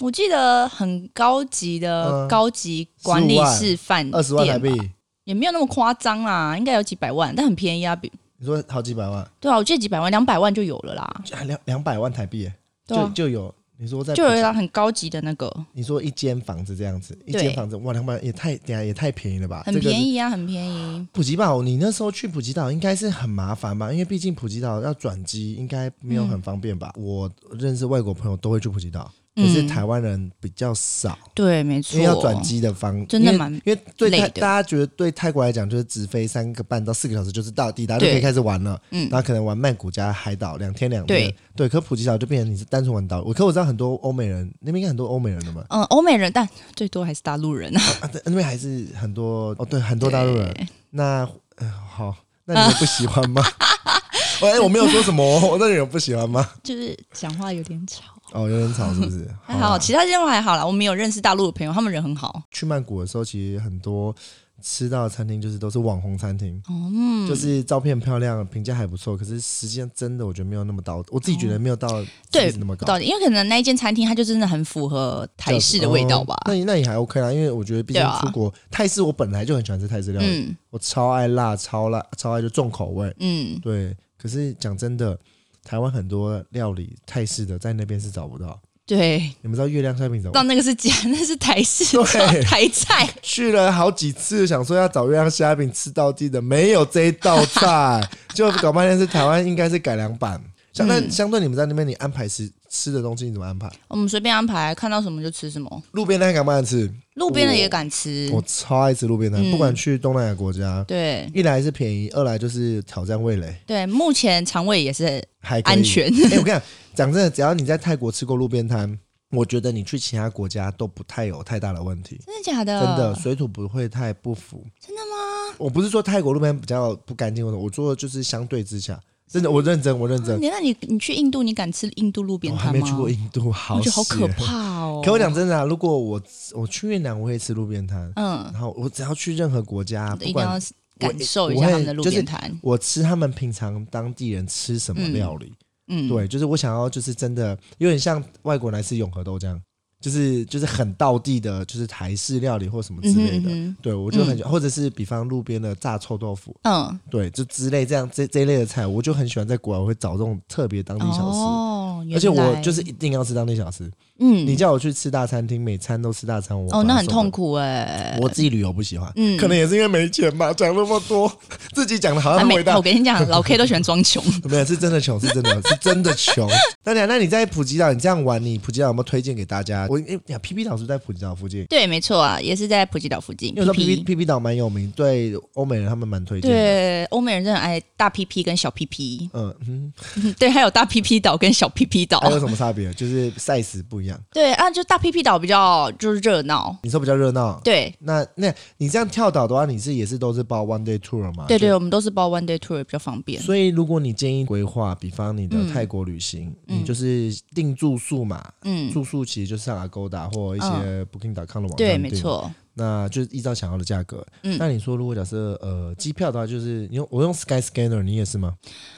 [SPEAKER 3] 我记得很高级的
[SPEAKER 2] 嗯
[SPEAKER 3] 高级管理
[SPEAKER 2] 15万
[SPEAKER 3] 式饭店吧，
[SPEAKER 2] 二十万台币，
[SPEAKER 3] 也没有那么夸张啦，应该有几百万，但很便宜啊，比
[SPEAKER 2] 你说好几百万，
[SPEAKER 3] 对啊，我记得几百万，两百万就有了啦，
[SPEAKER 2] 就两两百万台币耶，
[SPEAKER 3] 对啊
[SPEAKER 2] 就就有你说在
[SPEAKER 3] 就有
[SPEAKER 2] 普
[SPEAKER 3] 一
[SPEAKER 2] 吉
[SPEAKER 3] 张很高级的那个，
[SPEAKER 2] 你说一间房子这样子，一
[SPEAKER 3] 对
[SPEAKER 2] 间房子哇，两百也太等一下也太便宜了吧？
[SPEAKER 3] 很便
[SPEAKER 2] 宜。
[SPEAKER 3] 宜啊，很便宜。
[SPEAKER 2] 普吉岛，你那时候去普吉岛应该是很麻烦吧？因为毕竟普吉岛要转机，应该没有很方便吧？我认识外国朋友都会去普吉岛，可是
[SPEAKER 3] 嗯
[SPEAKER 2] 台湾人比较少，
[SPEAKER 3] 对，没错，
[SPEAKER 2] 因为要转机的方，
[SPEAKER 3] 真的
[SPEAKER 2] 因为
[SPEAKER 3] 蛮
[SPEAKER 2] 因为对
[SPEAKER 3] 累
[SPEAKER 2] 泰
[SPEAKER 3] 的
[SPEAKER 2] 大家觉得对泰国来讲，就是直飞三个半到四个小时就是到抵达就
[SPEAKER 3] 对
[SPEAKER 2] 可以开始玩了，
[SPEAKER 3] 嗯
[SPEAKER 2] 然后可能玩曼谷加海岛两天两夜
[SPEAKER 3] 对，
[SPEAKER 2] 对，可普吉岛就变成你是单纯玩岛，我可我知道很多欧美人那边应该很多欧美人的嘛，
[SPEAKER 3] 嗯，欧美人，但最多还是大陆人啊。
[SPEAKER 2] 啊，对，那边还是很多哦，对，很多大陆人。那、呃、好，那你们不喜欢吗？ 喂、我没有说什么哦，那你们不喜欢吗？
[SPEAKER 3] 就是讲话有点吵。
[SPEAKER 2] 哦，有点吵是不是？
[SPEAKER 3] 还好，
[SPEAKER 2] 啦
[SPEAKER 3] 其他地方还好啦。我们有认识大陆的朋友，他们人很好。
[SPEAKER 2] 去曼谷的时候，其实很多吃到的餐厅就是都是网红餐厅，
[SPEAKER 3] 嗯，
[SPEAKER 2] 就是照片漂亮，评价还不错，可是实际上真的我觉得没有那么到，我自己觉得没有到
[SPEAKER 3] 哦对
[SPEAKER 2] CP 值那么高。
[SPEAKER 3] 到底因为可能那一间餐厅它就真的很符合台式的味道吧。
[SPEAKER 2] 哦那你那你还 OK 啦，因为我觉得毕竟
[SPEAKER 3] 对啊
[SPEAKER 2] 出国、泰式，我本来就很喜欢吃泰式料理，
[SPEAKER 3] 嗯
[SPEAKER 2] 我超爱辣，超辣，超爱就重口味。
[SPEAKER 3] 嗯，
[SPEAKER 2] 对，可是讲真的，台湾很多料理泰式的在那边是找不到。
[SPEAKER 3] 对，
[SPEAKER 2] 你们知道月亮虾饼怎么
[SPEAKER 3] 到？那个是假，那是台式
[SPEAKER 2] 对
[SPEAKER 3] 台菜。
[SPEAKER 2] 去了好几次，想说要找月亮虾饼吃到地的，没有这一道 菜，就搞半天是台湾应该是改良版。相对、
[SPEAKER 3] 嗯
[SPEAKER 2] 相对你们在那边，你安排吃吃的东西你怎么安排？
[SPEAKER 3] 我们随便安排，看到什么就吃什么。
[SPEAKER 2] 路边摊敢不敢吃？
[SPEAKER 3] 路边的也敢吃
[SPEAKER 2] 我，超爱吃路边摊，不管去东南亚国家，
[SPEAKER 3] 嗯对
[SPEAKER 2] 一来是便宜，二来就是挑战味蕾，
[SPEAKER 3] 对。目前肠胃也是
[SPEAKER 2] 还可以
[SPEAKER 3] 安全，
[SPEAKER 2] 哎、我跟你讲，讲真的，只要你在泰国吃过路边摊，我觉得你去其他国家都不太有太大的问题，
[SPEAKER 3] 真的假的？
[SPEAKER 2] 真的，水土不会太不服。
[SPEAKER 3] 真的吗？
[SPEAKER 2] 我不是说泰国路边比较不干净，或者我说的就是相对之下，真的，我认真，我认真。
[SPEAKER 3] 你那你你去印度，你敢吃印度路边
[SPEAKER 2] 我还
[SPEAKER 3] 摊
[SPEAKER 2] 没
[SPEAKER 3] 吗？
[SPEAKER 2] 去过印度，好
[SPEAKER 3] 我觉得好可
[SPEAKER 2] 险。
[SPEAKER 3] 怕哦。
[SPEAKER 2] 可我讲真的、啊，如果我我去越南，我会吃路边摊。
[SPEAKER 3] 嗯，
[SPEAKER 2] 然后我只要去任何国家，不
[SPEAKER 3] 一定
[SPEAKER 2] 管
[SPEAKER 3] 要感受一
[SPEAKER 2] 我
[SPEAKER 3] 下
[SPEAKER 2] 会
[SPEAKER 3] 他们的路边摊。
[SPEAKER 2] 我吃他们平常当地人吃什么料理，
[SPEAKER 3] 嗯，
[SPEAKER 2] 对，就是我想要，就是真的有点像外国人来吃永和豆浆，就是就是很道地的，就是台式料理或什么之
[SPEAKER 3] 嗯哼
[SPEAKER 2] 类的。
[SPEAKER 3] 嗯
[SPEAKER 2] 对，我就很喜欢，或者是比方路边的炸臭豆腐，
[SPEAKER 3] 哼，嗯，
[SPEAKER 2] 对，就之类这样这这一类的菜，我就很喜欢在国外我会找这种特别当地小吃，
[SPEAKER 3] 哦，原
[SPEAKER 2] 而且我
[SPEAKER 3] 来
[SPEAKER 2] 就是一定要吃当地小吃。
[SPEAKER 3] 嗯，
[SPEAKER 2] 你叫我去吃大餐厅，每餐都吃大餐，我
[SPEAKER 3] 哦，那很痛
[SPEAKER 2] 苦。
[SPEAKER 3] 苦哎。
[SPEAKER 2] 我自己旅游不喜欢，
[SPEAKER 3] 嗯
[SPEAKER 2] 可能也是因为没钱吧，讲那么多，自己讲的好像
[SPEAKER 3] 啊
[SPEAKER 2] 很
[SPEAKER 3] 没
[SPEAKER 2] 伟大
[SPEAKER 3] 我，跟你 讲，老 K 都喜欢装穷。
[SPEAKER 2] 没有，是真的穷，是真的，是真的 穷。那你那你在普吉岛，你这样玩，你普吉岛有没有推荐给大家？我哎呀，P P 岛是不是在普吉岛附近，
[SPEAKER 3] 对，没错啊，也是在普吉岛附近。
[SPEAKER 2] 因为我知道 P P
[SPEAKER 3] PP
[SPEAKER 2] P P 岛蛮有名，对欧美人他们蛮推荐的。
[SPEAKER 3] 对，欧美人真的很爱大 PP 跟小 PP，
[SPEAKER 2] 嗯嗯，
[SPEAKER 3] 对，还有大 PP 岛跟小 PP 岛
[SPEAKER 2] 还。有什么差别？就是 size 不一样。
[SPEAKER 3] 对啊，就大 PP 岛比较就是热闹，
[SPEAKER 2] 你说比较热闹，
[SPEAKER 3] 对
[SPEAKER 2] 那那你这样跳岛的话，你是也是都是报 one day tour 吗？
[SPEAKER 3] 对对，
[SPEAKER 2] 啊就。
[SPEAKER 3] 我们都是包 one day tour 比较方便。
[SPEAKER 2] 所以如果你建议规划，比方你的泰国旅行，你就是定住宿嘛，
[SPEAKER 3] 嗯，
[SPEAKER 2] 住宿其实就是上 Agoda 或一些 Booking.com 的网站
[SPEAKER 3] 对，
[SPEAKER 2] 订，
[SPEAKER 3] 没错，
[SPEAKER 2] 那就是依照想要的价格。
[SPEAKER 3] 嗯
[SPEAKER 2] 那你说如果假设呃机票的话，就是你用我用 Skyscanner，你也是吗？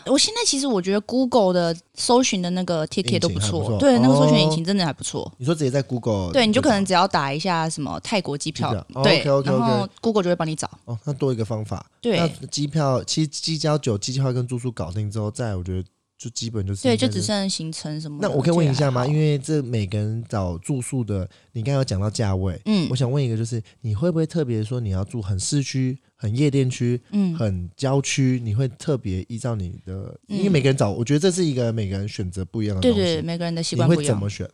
[SPEAKER 3] 我现在其实我觉得 Google 的搜寻的那个
[SPEAKER 2] 引
[SPEAKER 3] ticket 都
[SPEAKER 2] 擎
[SPEAKER 3] 不
[SPEAKER 2] 还不
[SPEAKER 3] 错，
[SPEAKER 2] 错
[SPEAKER 3] 对，那个搜寻
[SPEAKER 2] 哦
[SPEAKER 3] 引擎真的还不错。
[SPEAKER 2] 你说直接在 Google，
[SPEAKER 3] 对，你就可能只要打一下什么泰国机票
[SPEAKER 2] 机票，哦
[SPEAKER 3] 对
[SPEAKER 2] OK，OK，OK
[SPEAKER 3] 然后 Google 就会帮你找。
[SPEAKER 2] 哦，那多一个方法。
[SPEAKER 3] 对
[SPEAKER 2] 那机票其实机交酒、机票跟住宿搞定之后，再来我觉得就基本就是
[SPEAKER 3] 对，
[SPEAKER 2] 应该
[SPEAKER 3] 就是只剩行程什么的。
[SPEAKER 2] 那我可以问一下吗？
[SPEAKER 3] 这还好
[SPEAKER 2] 因为这每个人找住宿的，你刚刚有讲到价位，
[SPEAKER 3] 嗯
[SPEAKER 2] 我想问一个，就是你会不会特别说你要住很市区、很夜店区、
[SPEAKER 3] 嗯
[SPEAKER 2] 很郊区？你会特别依照你的，因为每个人找，我觉得这是一个每个人选择不一样的
[SPEAKER 3] 对
[SPEAKER 2] 东西。
[SPEAKER 3] 对，每个人的习
[SPEAKER 2] 你
[SPEAKER 3] 惯不
[SPEAKER 2] 会
[SPEAKER 3] 一
[SPEAKER 2] 怎
[SPEAKER 3] 样
[SPEAKER 2] 么。选？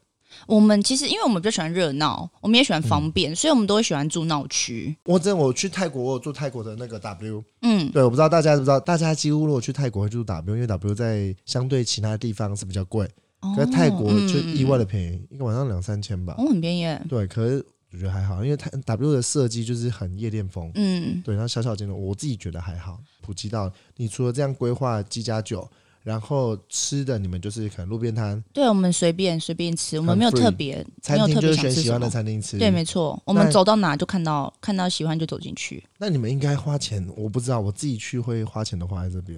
[SPEAKER 3] 我们其实因为我们比较喜欢热闹，我们也喜欢
[SPEAKER 2] 嗯
[SPEAKER 3] 方便，所以我们都会喜欢住闹区。
[SPEAKER 2] 我真的我去泰国，我有住泰国的那个 W，
[SPEAKER 3] 嗯，
[SPEAKER 2] 对，我不知道大家知不知道，大家几乎如果去泰国会住 W，因为 W 在相对其他地方是比较贵，可是泰国就意外的便宜，一个晚上两三千吧。
[SPEAKER 3] 嗯哦，很便宜耶。
[SPEAKER 2] 对，可是我觉得还好，因为它 W 的设计就是很夜店风，
[SPEAKER 3] 嗯，
[SPEAKER 2] 对，然后小小间的，我自己觉得还好。普及到你除了这样规划机加酒，然后吃的你们就是可能路边摊、
[SPEAKER 3] 对，我们随便随便吃，我们
[SPEAKER 2] 很
[SPEAKER 3] 没有
[SPEAKER 2] free
[SPEAKER 3] 特别，没
[SPEAKER 2] 餐
[SPEAKER 3] 有
[SPEAKER 2] 厅
[SPEAKER 3] 特
[SPEAKER 2] 就
[SPEAKER 3] 别
[SPEAKER 2] 是
[SPEAKER 3] 想
[SPEAKER 2] 选
[SPEAKER 3] 吃
[SPEAKER 2] 喜
[SPEAKER 3] 什
[SPEAKER 2] 欢的
[SPEAKER 3] 么。
[SPEAKER 2] 餐厅吃。
[SPEAKER 3] 对，没错，我
[SPEAKER 2] 那
[SPEAKER 3] 们走到哪就看到看到喜欢就走进去。
[SPEAKER 2] 那你们应该花钱，我不知道，我自己去会花钱的花在这边。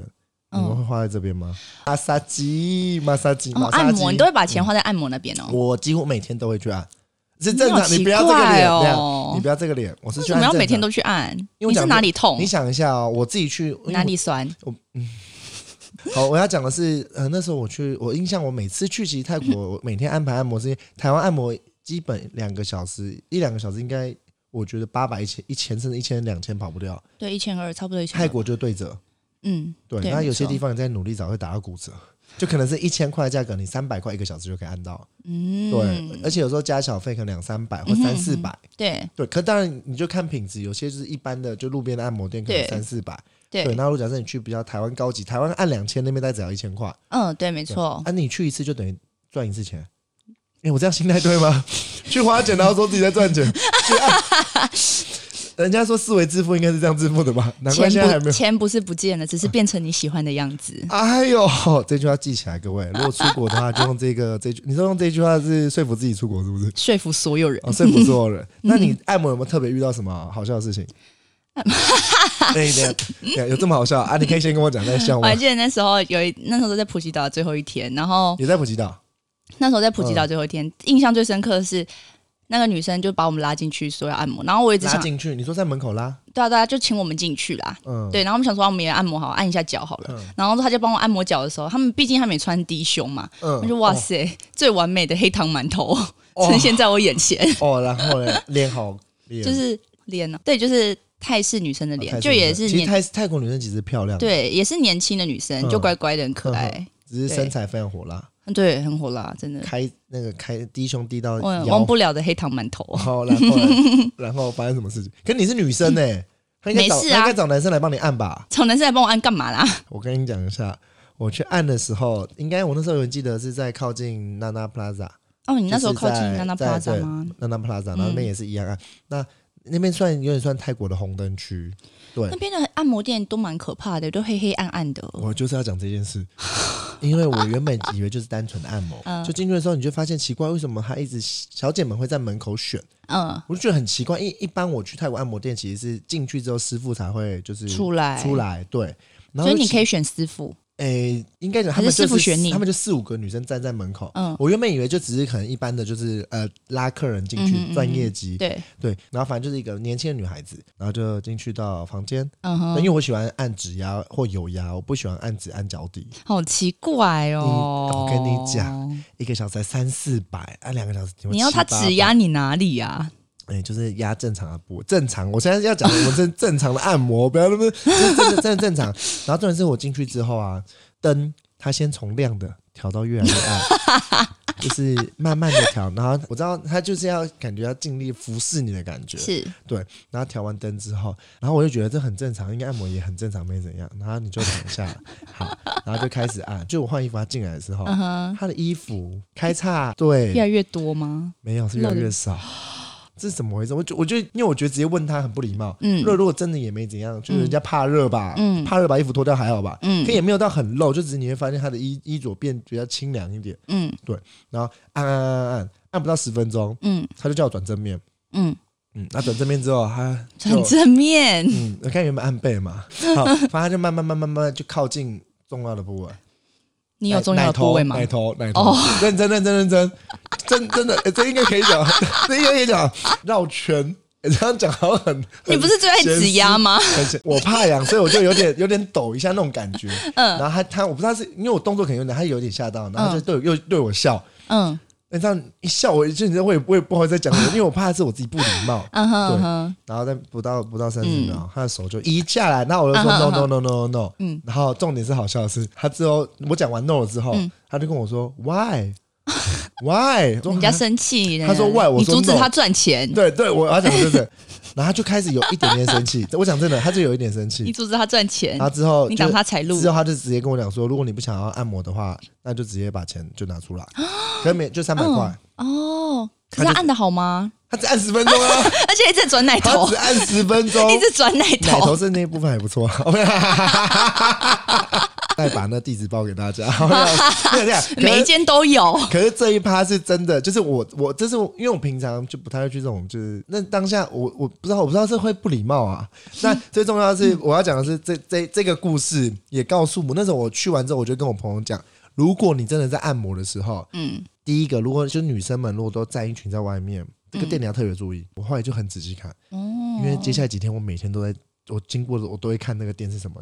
[SPEAKER 2] 你们
[SPEAKER 3] 嗯
[SPEAKER 2] 会花在这边吗？马杀鸡，马杀鸡，嗯
[SPEAKER 3] 哦，
[SPEAKER 2] 马杀
[SPEAKER 3] 按
[SPEAKER 2] 鸡
[SPEAKER 3] 摩，你都会把钱花在按摩那边哦。
[SPEAKER 2] 我几乎每天都会去按，是
[SPEAKER 3] 你
[SPEAKER 2] 正
[SPEAKER 3] 好
[SPEAKER 2] 常。你
[SPEAKER 3] 奇
[SPEAKER 2] 不要这个
[SPEAKER 3] 怪
[SPEAKER 2] 脸，
[SPEAKER 3] 哦
[SPEAKER 2] 这样你不要这个脸，我是
[SPEAKER 3] 为
[SPEAKER 2] 去
[SPEAKER 3] 什么
[SPEAKER 2] 按
[SPEAKER 3] 要
[SPEAKER 2] 正
[SPEAKER 3] 每天
[SPEAKER 2] 常
[SPEAKER 3] 都去按？
[SPEAKER 2] 因为我
[SPEAKER 3] 你是
[SPEAKER 2] 讲
[SPEAKER 3] 哪里痛
[SPEAKER 2] 你？想一下哦，我自己去因为
[SPEAKER 3] 哪里酸？
[SPEAKER 2] 好，我要讲的是，呃，那时候我去，我印象我每次去其实泰国， 我每天安排按摩是因为台湾按摩基本两个小时，一两个小时应该我觉得八百一千一千甚至一千两千跑不掉，
[SPEAKER 3] 对，一千二，差不多一千。
[SPEAKER 2] 泰，国就对折，
[SPEAKER 3] 嗯，
[SPEAKER 2] 对，
[SPEAKER 3] 对
[SPEAKER 2] 那有些
[SPEAKER 3] 没错
[SPEAKER 2] 地方你在努力找会打到骨折，就可能是一千块的价格，你三百块一个小时就可以按到，
[SPEAKER 3] 嗯，
[SPEAKER 2] 对，而且有时候加小费可能两三百或
[SPEAKER 3] 嗯哼
[SPEAKER 2] 三四百，
[SPEAKER 3] 对
[SPEAKER 2] 对，可当然你就看品质，有些就是一般的，就路边的按摩店可能
[SPEAKER 3] 对
[SPEAKER 2] 三四百，对，
[SPEAKER 3] 对，
[SPEAKER 2] 那如果假设你去比较台湾高级，台湾按两千那边大概只要一千块。
[SPEAKER 3] 嗯，对，没错，
[SPEAKER 2] 啊，你去一次就等于赚一次钱。哎、我这样心态对吗？ 去花钱，然后说自己在赚钱， 去按人家说思维致富应该是这样致富的吧？难怪
[SPEAKER 3] 钱
[SPEAKER 2] 现在还没
[SPEAKER 3] 不
[SPEAKER 2] 有。
[SPEAKER 3] 钱不是不见了，只是变成你喜欢的样子。
[SPEAKER 2] 哎呦，这句话记起来，各位，如果出国的话，就用这个这句，你说用这句话是说服自己出国，是不是？
[SPEAKER 3] 说服所有人，
[SPEAKER 2] 哦，说服所有 人。那你按摩有没有特别遇到什么好笑的事情？对对，等一下有这么好笑啊？你可以先跟我讲再笑
[SPEAKER 3] 我
[SPEAKER 2] 吗
[SPEAKER 3] 还？记得那时候有一那时候在普吉岛的最后一天，然后
[SPEAKER 2] 也在普吉岛，
[SPEAKER 3] 那时候在普
[SPEAKER 2] 嗯
[SPEAKER 3] 吉岛最后一天，印象最深刻的是那个女生就把我们拉进去说要按摩，然后我一直
[SPEAKER 2] 拉
[SPEAKER 3] 想，
[SPEAKER 2] 进去，你说在门口拉，
[SPEAKER 3] 对啊对啊，就请我们进去啦。
[SPEAKER 2] 嗯，
[SPEAKER 3] 对，然后我们想说，啊我们也按摩好，按一下脚好了。
[SPEAKER 2] 嗯
[SPEAKER 3] 然后他就帮我按摩脚的时候，他们毕竟他们也穿低胸嘛，
[SPEAKER 2] 嗯
[SPEAKER 3] 我就哇塞，最完美的黑糖馒头、
[SPEAKER 2] 哦
[SPEAKER 3] 呈现在我眼前，
[SPEAKER 2] 哦，然后嘞，脸 好脸
[SPEAKER 3] 就是脸呢、哦对，就是泰式女生的脸，
[SPEAKER 2] 哦泰式
[SPEAKER 3] 就也
[SPEAKER 2] 女生其
[SPEAKER 3] 是
[SPEAKER 2] 实
[SPEAKER 3] 年
[SPEAKER 2] 泰泰国女生其实漂亮，，
[SPEAKER 3] 对，也是年轻的女生，
[SPEAKER 2] 嗯
[SPEAKER 3] 就乖乖的，很可爱，
[SPEAKER 2] 只是身材非常火辣，
[SPEAKER 3] 对，很火辣，真的，
[SPEAKER 2] 开那个开低胸低到
[SPEAKER 3] 忘
[SPEAKER 2] 腰
[SPEAKER 3] 忘，不了的黑 糖馒头。
[SPEAKER 2] 好，然后 嘞然后发生什么事情？可你是女生呢、他应该找
[SPEAKER 3] 没事啊
[SPEAKER 2] 他应该找男生来帮你按吧？
[SPEAKER 3] 找男生来帮我按干嘛啦？
[SPEAKER 2] 我跟你讲一下，我去按的时候，应该我那时候有记得是在靠近娜娜 Plaza，
[SPEAKER 3] 哦，你那时候
[SPEAKER 2] 就是
[SPEAKER 3] 靠
[SPEAKER 2] 在
[SPEAKER 3] 近娜娜 p
[SPEAKER 2] 在
[SPEAKER 3] l a 吗？嗯
[SPEAKER 2] 娜娜 Plaza，然后那边也是一样按。那那边算有点算泰国的红灯区，对
[SPEAKER 3] 那，边的按摩店都蛮可怕的，都黑黑暗暗的。
[SPEAKER 2] 我就是要讲这件事， 因为我原本以为就是单纯的按摩，
[SPEAKER 3] 嗯
[SPEAKER 2] 就进去的时候你就发现奇怪，为什么他一直小姐们会在门口选，
[SPEAKER 3] 嗯，
[SPEAKER 2] 我就觉得很奇怪。一一般我去泰国按摩店，其实是进去之后师傅才会就是
[SPEAKER 3] 出来
[SPEAKER 2] 出来，对。然
[SPEAKER 3] 所
[SPEAKER 2] 后
[SPEAKER 3] 以你
[SPEAKER 2] 其
[SPEAKER 3] 可以选师傅。
[SPEAKER 2] 诶、应该讲他
[SPEAKER 3] 还
[SPEAKER 2] 们就
[SPEAKER 3] 是师傅
[SPEAKER 2] 是
[SPEAKER 3] 选你
[SPEAKER 2] 他们就四五个女生站在门口。
[SPEAKER 3] 嗯
[SPEAKER 2] 我原本以为就只是可能一般的，就是呃拉客人进
[SPEAKER 3] 嗯哼嗯
[SPEAKER 2] 去
[SPEAKER 3] 哼
[SPEAKER 2] 赚业绩，
[SPEAKER 3] 对，
[SPEAKER 2] 对。然后反正就是一个年轻的女孩子，然后就进去到房间，
[SPEAKER 3] 嗯
[SPEAKER 2] 因
[SPEAKER 3] 哼，
[SPEAKER 2] 为我喜欢按指压或有压，我不喜欢按指按脚底。
[SPEAKER 3] 好奇怪哦。
[SPEAKER 2] 你我跟你讲，一个小时才三四百，按两个小时
[SPEAKER 3] 你要他指，压你哪里啊？
[SPEAKER 2] 哎、就是压正常的部，正常。我现在要讲，我正正常的按摩，不要那么就是真的真的正常。然后重点是我进去之后啊，灯它先从亮的调到越来越暗，就是慢慢的调。然后我知道它就是要感觉要尽力服侍你的感觉，
[SPEAKER 3] 是，
[SPEAKER 2] 对。然后调完灯之后，然后我就觉得这很正常，应该按摩也很正常，没怎样。然后你就躺下，好，然后就开始按。就我换衣服，他进来的时候，
[SPEAKER 3] 嗯哼，
[SPEAKER 2] 他的衣服开叉，
[SPEAKER 3] 越来
[SPEAKER 2] 对，
[SPEAKER 3] 越多吗？
[SPEAKER 2] 没有是越来越少， 这是怎么回事？我就我就因为我觉得直接问他很不礼貌。
[SPEAKER 3] 嗯
[SPEAKER 2] 热如果真的也没怎样，就是人家怕热吧，
[SPEAKER 3] 嗯
[SPEAKER 2] 怕热把衣服脱掉还好吧，
[SPEAKER 3] 嗯
[SPEAKER 2] 可也没有到很露，就只是你会发现他的衣衣着变比较清凉一点，
[SPEAKER 3] 嗯
[SPEAKER 2] 然后按按按按按，按不到十分钟，
[SPEAKER 3] 嗯
[SPEAKER 2] 他就叫我转正面，
[SPEAKER 3] 嗯，
[SPEAKER 2] 嗯，那转正面之后他就
[SPEAKER 3] 很正面。
[SPEAKER 2] 嗯，我看原本按背嘛，好，反正他就慢慢慢慢慢慢就靠近重要的部位，
[SPEAKER 3] 你有重要的部位吗？
[SPEAKER 2] 奶头，奶头，
[SPEAKER 3] 哦
[SPEAKER 2] 认真认真认真，真真的，欸这应该可以讲， 这应该可以讲绕圈。欸这样讲好像很，很
[SPEAKER 3] 你不是最爱指压吗？
[SPEAKER 2] 很显我怕痒，所以我就有点有点抖一下那种感觉。嗯，然后他他我不知道是因为我动作可能有点，他有点吓到，然后他就对我又对我笑。
[SPEAKER 3] 嗯
[SPEAKER 2] 那哎这样一笑，我就你知道我也我也不好意思再讲什么，因为我怕是我自己不礼貌。
[SPEAKER 3] 嗯哼
[SPEAKER 2] 对
[SPEAKER 3] 嗯哼，
[SPEAKER 2] 然后再不到不到三十秒，他的手就移下来，那我就说
[SPEAKER 3] 嗯哼
[SPEAKER 2] no
[SPEAKER 3] 嗯哼嗯
[SPEAKER 2] no no no no no，嗯，然后重点是好笑的是，他之后我讲完 no 了之后，他就跟我说 why why，我说
[SPEAKER 3] 人家
[SPEAKER 2] 啊
[SPEAKER 3] 生气。
[SPEAKER 2] 他说喂我
[SPEAKER 3] 你
[SPEAKER 2] 说
[SPEAKER 3] 阻止
[SPEAKER 2] no
[SPEAKER 3] 他赚钱，
[SPEAKER 2] 对对，我要讲 的就是，然后他就开始有一点点生气，我讲真的，他就有一点生
[SPEAKER 3] 你
[SPEAKER 2] 气，
[SPEAKER 3] 阻止他赚钱
[SPEAKER 2] 然，后之后
[SPEAKER 3] 你
[SPEAKER 2] 就
[SPEAKER 3] 挡他财路
[SPEAKER 2] 之。后他就直接跟我讲说，如果你不想要按摩的话，那就直接把钱就拿出 来，可是没就三百块，
[SPEAKER 3] 哦，
[SPEAKER 2] 他
[SPEAKER 3] 可是
[SPEAKER 2] 就
[SPEAKER 3] 他按的好吗？
[SPEAKER 2] 他只按十分钟啊，
[SPEAKER 3] 而且一直转奶
[SPEAKER 2] 他
[SPEAKER 3] 头
[SPEAKER 2] 只，按十分钟，
[SPEAKER 3] 一直转奶
[SPEAKER 2] 奶头
[SPEAKER 3] 头。
[SPEAKER 2] 是那一部分还不错， 再把那地址报给大家。 没有这样，可
[SPEAKER 3] 每一
[SPEAKER 2] 是
[SPEAKER 3] 间都有，
[SPEAKER 2] 可是这一趴是真的，就是我我这是我因为我平常就不太会去这种，就是那当下我我不知道我不知道这会不礼貌啊。 那最重要的是我要讲的是这这这个故事也告诉我，那时候我去完之后，我就跟我朋友讲，如果你真的在按摩的时候，
[SPEAKER 3] 嗯，
[SPEAKER 2] 第一个如果就是女生们如果都站一群在外面，这个店你要特别注意。我后来就很仔细看，
[SPEAKER 3] 嗯哦
[SPEAKER 2] 因为接下来几天我每天都在我经过的我都会看那个店是什么，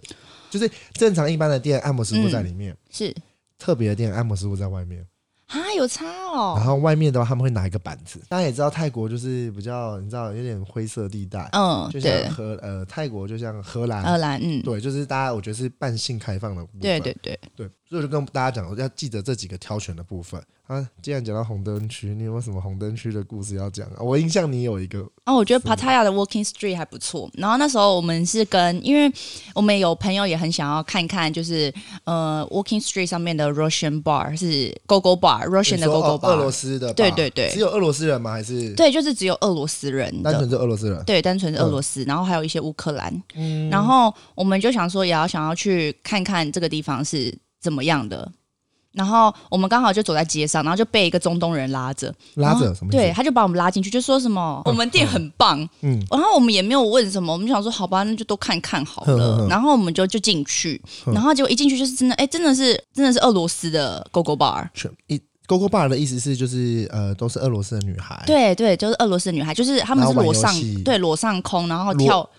[SPEAKER 2] 就是正常一般的店按摩师傅在里面，
[SPEAKER 3] 是
[SPEAKER 2] 特别的店按摩师傅在外面。
[SPEAKER 3] 啊，有差
[SPEAKER 2] 然
[SPEAKER 3] 哦。
[SPEAKER 2] 后外面的话，他们会拿一个板子。大家也知道，泰国就是比较你知道有点灰色地带，
[SPEAKER 3] 嗯，
[SPEAKER 2] 啊就
[SPEAKER 3] 对
[SPEAKER 2] 像，荷呃泰国就像荷兰，
[SPEAKER 3] 荷兰，嗯，
[SPEAKER 2] 对，就是大家我觉得是半性开放的部分。
[SPEAKER 3] 对对对，
[SPEAKER 2] 对，所以我就跟大家讲，要记得这几个挑选的部分啊。既然讲到红灯区，你有没有什么红灯区的故事要讲啊？我印象你有一个，
[SPEAKER 3] 然哦后我觉得 Pattaya 的 Walking Street 还不错。然后那时候我们是跟，因为我们有朋友也很想要看看，就是呃 Walking Street 上面的 Russian Bar 是 Go Go Bar，Russian
[SPEAKER 2] 你
[SPEAKER 3] 的
[SPEAKER 2] 说
[SPEAKER 3] Go
[SPEAKER 2] 哦
[SPEAKER 3] Go
[SPEAKER 2] 俄罗
[SPEAKER 3] Bar，
[SPEAKER 2] 斯的吧，
[SPEAKER 3] 对对对
[SPEAKER 2] 只有俄罗斯人吗？还是
[SPEAKER 3] 对，就是只有俄罗斯人
[SPEAKER 2] 单
[SPEAKER 3] 的。
[SPEAKER 2] 纯是俄嗯罗斯人？
[SPEAKER 3] 对，单纯是俄罗斯，然后还有一些乌克兰，
[SPEAKER 2] 嗯
[SPEAKER 3] 然后我们就想说也要想要去看看这个地方是怎么样的。然后我们刚好就走在街上，然后就被一个中东人拉着，
[SPEAKER 2] 拉
[SPEAKER 3] 然
[SPEAKER 2] 着
[SPEAKER 3] 后
[SPEAKER 2] 什么意
[SPEAKER 3] 对，
[SPEAKER 2] 思？
[SPEAKER 3] 他就把我们拉进去，就说什么我们店很棒，
[SPEAKER 2] 嗯，
[SPEAKER 3] 然后我们也没有问什么，我们就想说好吧，那就都看看好了。
[SPEAKER 2] 哼哼哼
[SPEAKER 3] 然后我们就就进去，然后结果一进去就是真的，哎，真的是真的是俄罗斯的 g o g o Bar。
[SPEAKER 2] 全一 Go Go Bar 的意思是就是呃都是俄罗斯的女孩，，
[SPEAKER 3] 对对，就是俄罗斯的女孩，就是她们
[SPEAKER 2] 哎
[SPEAKER 3] 是
[SPEAKER 2] 然后玩
[SPEAKER 3] 裸
[SPEAKER 2] 游
[SPEAKER 3] 上
[SPEAKER 2] 戏
[SPEAKER 3] 对裸上空，然后
[SPEAKER 2] 裸
[SPEAKER 3] 跳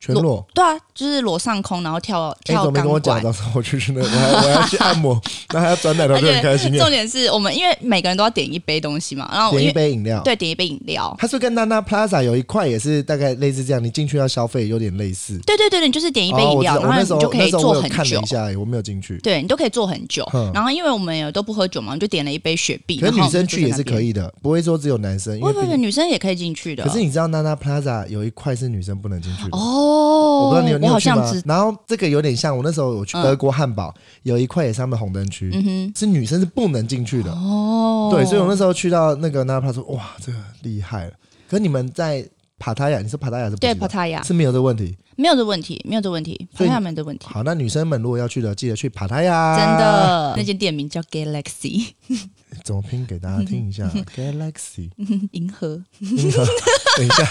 [SPEAKER 2] 全裸。
[SPEAKER 3] 对啊，就是裸上空，然后跳
[SPEAKER 2] 哎，你
[SPEAKER 3] 跳
[SPEAKER 2] 怎么没
[SPEAKER 3] 钢
[SPEAKER 2] 跟我讲？
[SPEAKER 3] 管。
[SPEAKER 2] 到时候我去去那，我还我还要去按 摩，然后还要转奶头，
[SPEAKER 3] 而
[SPEAKER 2] 就很开
[SPEAKER 3] 且
[SPEAKER 2] 心耶。
[SPEAKER 3] 重点是我们因为每个人都要点一杯东西嘛，然后我
[SPEAKER 2] 点一
[SPEAKER 3] 因为
[SPEAKER 2] 杯饮料，
[SPEAKER 3] 对点一杯饮料，
[SPEAKER 2] 它是跟 Nana Plaza 有一块也是大概类似这样，你进去要消费有点类似。
[SPEAKER 3] 对对对，你就是点一杯
[SPEAKER 2] 哦
[SPEAKER 3] 饮
[SPEAKER 2] 我知
[SPEAKER 3] 料，
[SPEAKER 2] 道我
[SPEAKER 3] 然后
[SPEAKER 2] 那
[SPEAKER 3] 你
[SPEAKER 2] 时候
[SPEAKER 3] 就可
[SPEAKER 2] 那
[SPEAKER 3] 以
[SPEAKER 2] 时候
[SPEAKER 3] 坐
[SPEAKER 2] 我有
[SPEAKER 3] 很
[SPEAKER 2] 看了
[SPEAKER 3] 久
[SPEAKER 2] 一。下，我没有进去。
[SPEAKER 3] 对你都可以坐很久
[SPEAKER 2] 嗯，
[SPEAKER 3] 然后因为我们也都不喝酒嘛，我们就点了一杯雪碧。
[SPEAKER 2] 可是
[SPEAKER 3] 然后
[SPEAKER 2] 女
[SPEAKER 3] 我们
[SPEAKER 2] 生
[SPEAKER 3] 就
[SPEAKER 2] 去也
[SPEAKER 3] 在
[SPEAKER 2] 是
[SPEAKER 3] 那边
[SPEAKER 2] 可以的，不会说只有男生，因
[SPEAKER 3] 不
[SPEAKER 2] 为
[SPEAKER 3] 不
[SPEAKER 2] 毕
[SPEAKER 3] 不，
[SPEAKER 2] 竟
[SPEAKER 3] 女生也可以进去的。
[SPEAKER 2] 可是你知道 Nana Plaza 有一块是女生不能进去的。
[SPEAKER 3] 哦，
[SPEAKER 2] 我不知道你有，你
[SPEAKER 3] 我
[SPEAKER 2] 有
[SPEAKER 3] 好
[SPEAKER 2] 去
[SPEAKER 3] 像
[SPEAKER 2] 吗
[SPEAKER 3] 知？，
[SPEAKER 2] 然后这个有点像我那时候我去德国汉堡，有一块也是他们红灯区，
[SPEAKER 3] 嗯哼，
[SPEAKER 2] 是女生是不能进去的。
[SPEAKER 3] 哦，
[SPEAKER 2] 对，所以我那时候去到那个 Nana Plaza，哇，这个厉害了。可是你们在帕塔亚，你说帕塔亚是不
[SPEAKER 3] 对
[SPEAKER 2] 知道
[SPEAKER 3] Pattaya
[SPEAKER 2] 是没有这个问题。
[SPEAKER 3] 没有这问题，没有这问题
[SPEAKER 2] 所以啊
[SPEAKER 3] ，Pattaya 没有这问题，
[SPEAKER 2] 好，那女生们如果要去的，记得去帕塔亚。
[SPEAKER 3] 真的。那间店名叫 Galaxy
[SPEAKER 2] 怎么拼给大家听一下
[SPEAKER 3] 嗯
[SPEAKER 2] ？Galaxy，
[SPEAKER 3] 银河，
[SPEAKER 2] 等一下，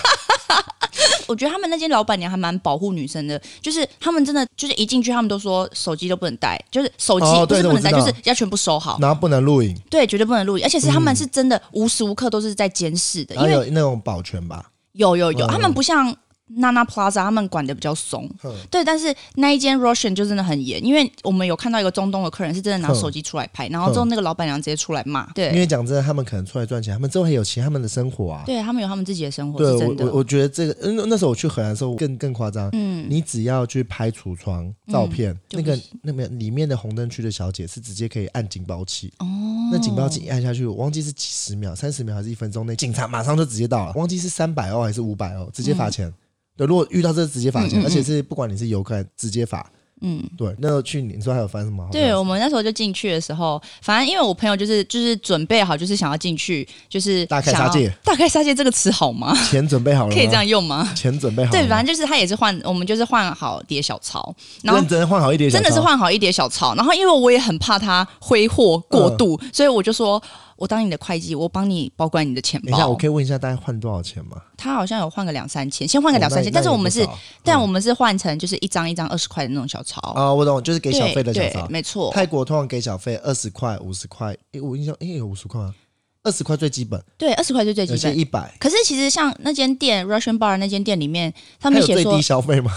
[SPEAKER 3] 我觉得他们那间老板娘还蛮保护女生的，就是他们真的就是一进去，他们都说手机都不能带，就是手机
[SPEAKER 2] 哦
[SPEAKER 3] 不
[SPEAKER 2] 对
[SPEAKER 3] 是
[SPEAKER 2] 对
[SPEAKER 3] 不能带，
[SPEAKER 2] 我
[SPEAKER 3] 就
[SPEAKER 2] 知道
[SPEAKER 3] 是要全部收好，
[SPEAKER 2] 然后不能录影，
[SPEAKER 3] 对，绝对不能录影，而且是他们是真的无时无刻都是在监视的，
[SPEAKER 2] 然
[SPEAKER 3] 因
[SPEAKER 2] 后有
[SPEAKER 3] 为
[SPEAKER 2] 那种保全吧？
[SPEAKER 3] 有有有，
[SPEAKER 2] 嗯
[SPEAKER 3] 他们不像 Nana Plaza，他们管的比较松。对，但是那一间 Russian 就真的很严，因为我们有看到一个中东的客人是真的拿
[SPEAKER 2] 哼
[SPEAKER 3] 手机出来拍，然后之后那个老板娘直接出来骂。
[SPEAKER 2] 因
[SPEAKER 3] 对，
[SPEAKER 2] 为讲真的，他们可能出来赚钱，他们之后还有其他们的生活啊。
[SPEAKER 3] 对他们有他们自己的生活
[SPEAKER 2] 对
[SPEAKER 3] 是
[SPEAKER 2] 我
[SPEAKER 3] 真
[SPEAKER 2] 我
[SPEAKER 3] 的。哦
[SPEAKER 2] 我觉得这个，嗯，那时候我去荷兰的时候更更夸张。
[SPEAKER 3] 嗯，
[SPEAKER 2] 你只要去拍橱窗照片，
[SPEAKER 3] 就
[SPEAKER 2] 那个
[SPEAKER 3] 不
[SPEAKER 2] 那个里面的红灯区的小姐是直接可以按警报器。哦，那警报器一按下去，我忘记是几十秒、三十秒还是一分钟内，警察马上就直接到了。忘记是三百欧还是五百欧，直接罚钱。对，如果遇到这个直接罚钱，
[SPEAKER 3] 嗯嗯嗯嗯
[SPEAKER 2] 而且是不管你是游客还是直接罚。
[SPEAKER 3] 嗯。
[SPEAKER 2] 对，那时候去你说还有发生什么好笑的事？
[SPEAKER 3] 对我们那时候就进去的时候，反正因为我朋友就是就是准备好，就是想要进去，就是
[SPEAKER 2] 大开
[SPEAKER 3] 想要
[SPEAKER 2] 杀戒。
[SPEAKER 3] 大开杀戒这个词好 吗？
[SPEAKER 2] 钱准备好了吗，
[SPEAKER 3] 可以这样用吗？
[SPEAKER 2] 钱准备好了吗，
[SPEAKER 3] 对，反正就是他也是换，我们就是换好碟小抄，然后
[SPEAKER 2] 认真换好一点，
[SPEAKER 3] 真的是。换好一叠小抄。然后因为我也很怕他挥霍过度，所以我就说。我当你的会计，我帮你保管你的钱
[SPEAKER 2] 等一下，
[SPEAKER 3] 包
[SPEAKER 2] 我。可以问一下大概换多少钱吗？
[SPEAKER 3] 他好像有换个两三千，先换个
[SPEAKER 2] 哦
[SPEAKER 3] 两三千，
[SPEAKER 2] 那
[SPEAKER 3] 但是
[SPEAKER 2] 那
[SPEAKER 3] 我
[SPEAKER 2] 也
[SPEAKER 3] 们
[SPEAKER 2] 不
[SPEAKER 3] 是
[SPEAKER 2] 少，
[SPEAKER 3] 但
[SPEAKER 2] 嗯
[SPEAKER 3] 我们是换成就是一张一张二十块的那种小抄。
[SPEAKER 2] 啊，我懂，就是给小费的小
[SPEAKER 3] 对对
[SPEAKER 2] 费。
[SPEAKER 3] 没错。
[SPEAKER 2] 泰国通常给小费二十块、五十块，诶，我印象诶有五十块吗？二十块最基本，
[SPEAKER 3] 对，二十块是最
[SPEAKER 2] 有
[SPEAKER 3] 基
[SPEAKER 2] 些
[SPEAKER 3] 本。
[SPEAKER 2] 一百。
[SPEAKER 3] 可是其实像那间店 Russian Bar 那间店里面，他
[SPEAKER 2] 还
[SPEAKER 3] 们
[SPEAKER 2] 有
[SPEAKER 3] 写
[SPEAKER 2] 最
[SPEAKER 3] 说
[SPEAKER 2] 低消 费吗？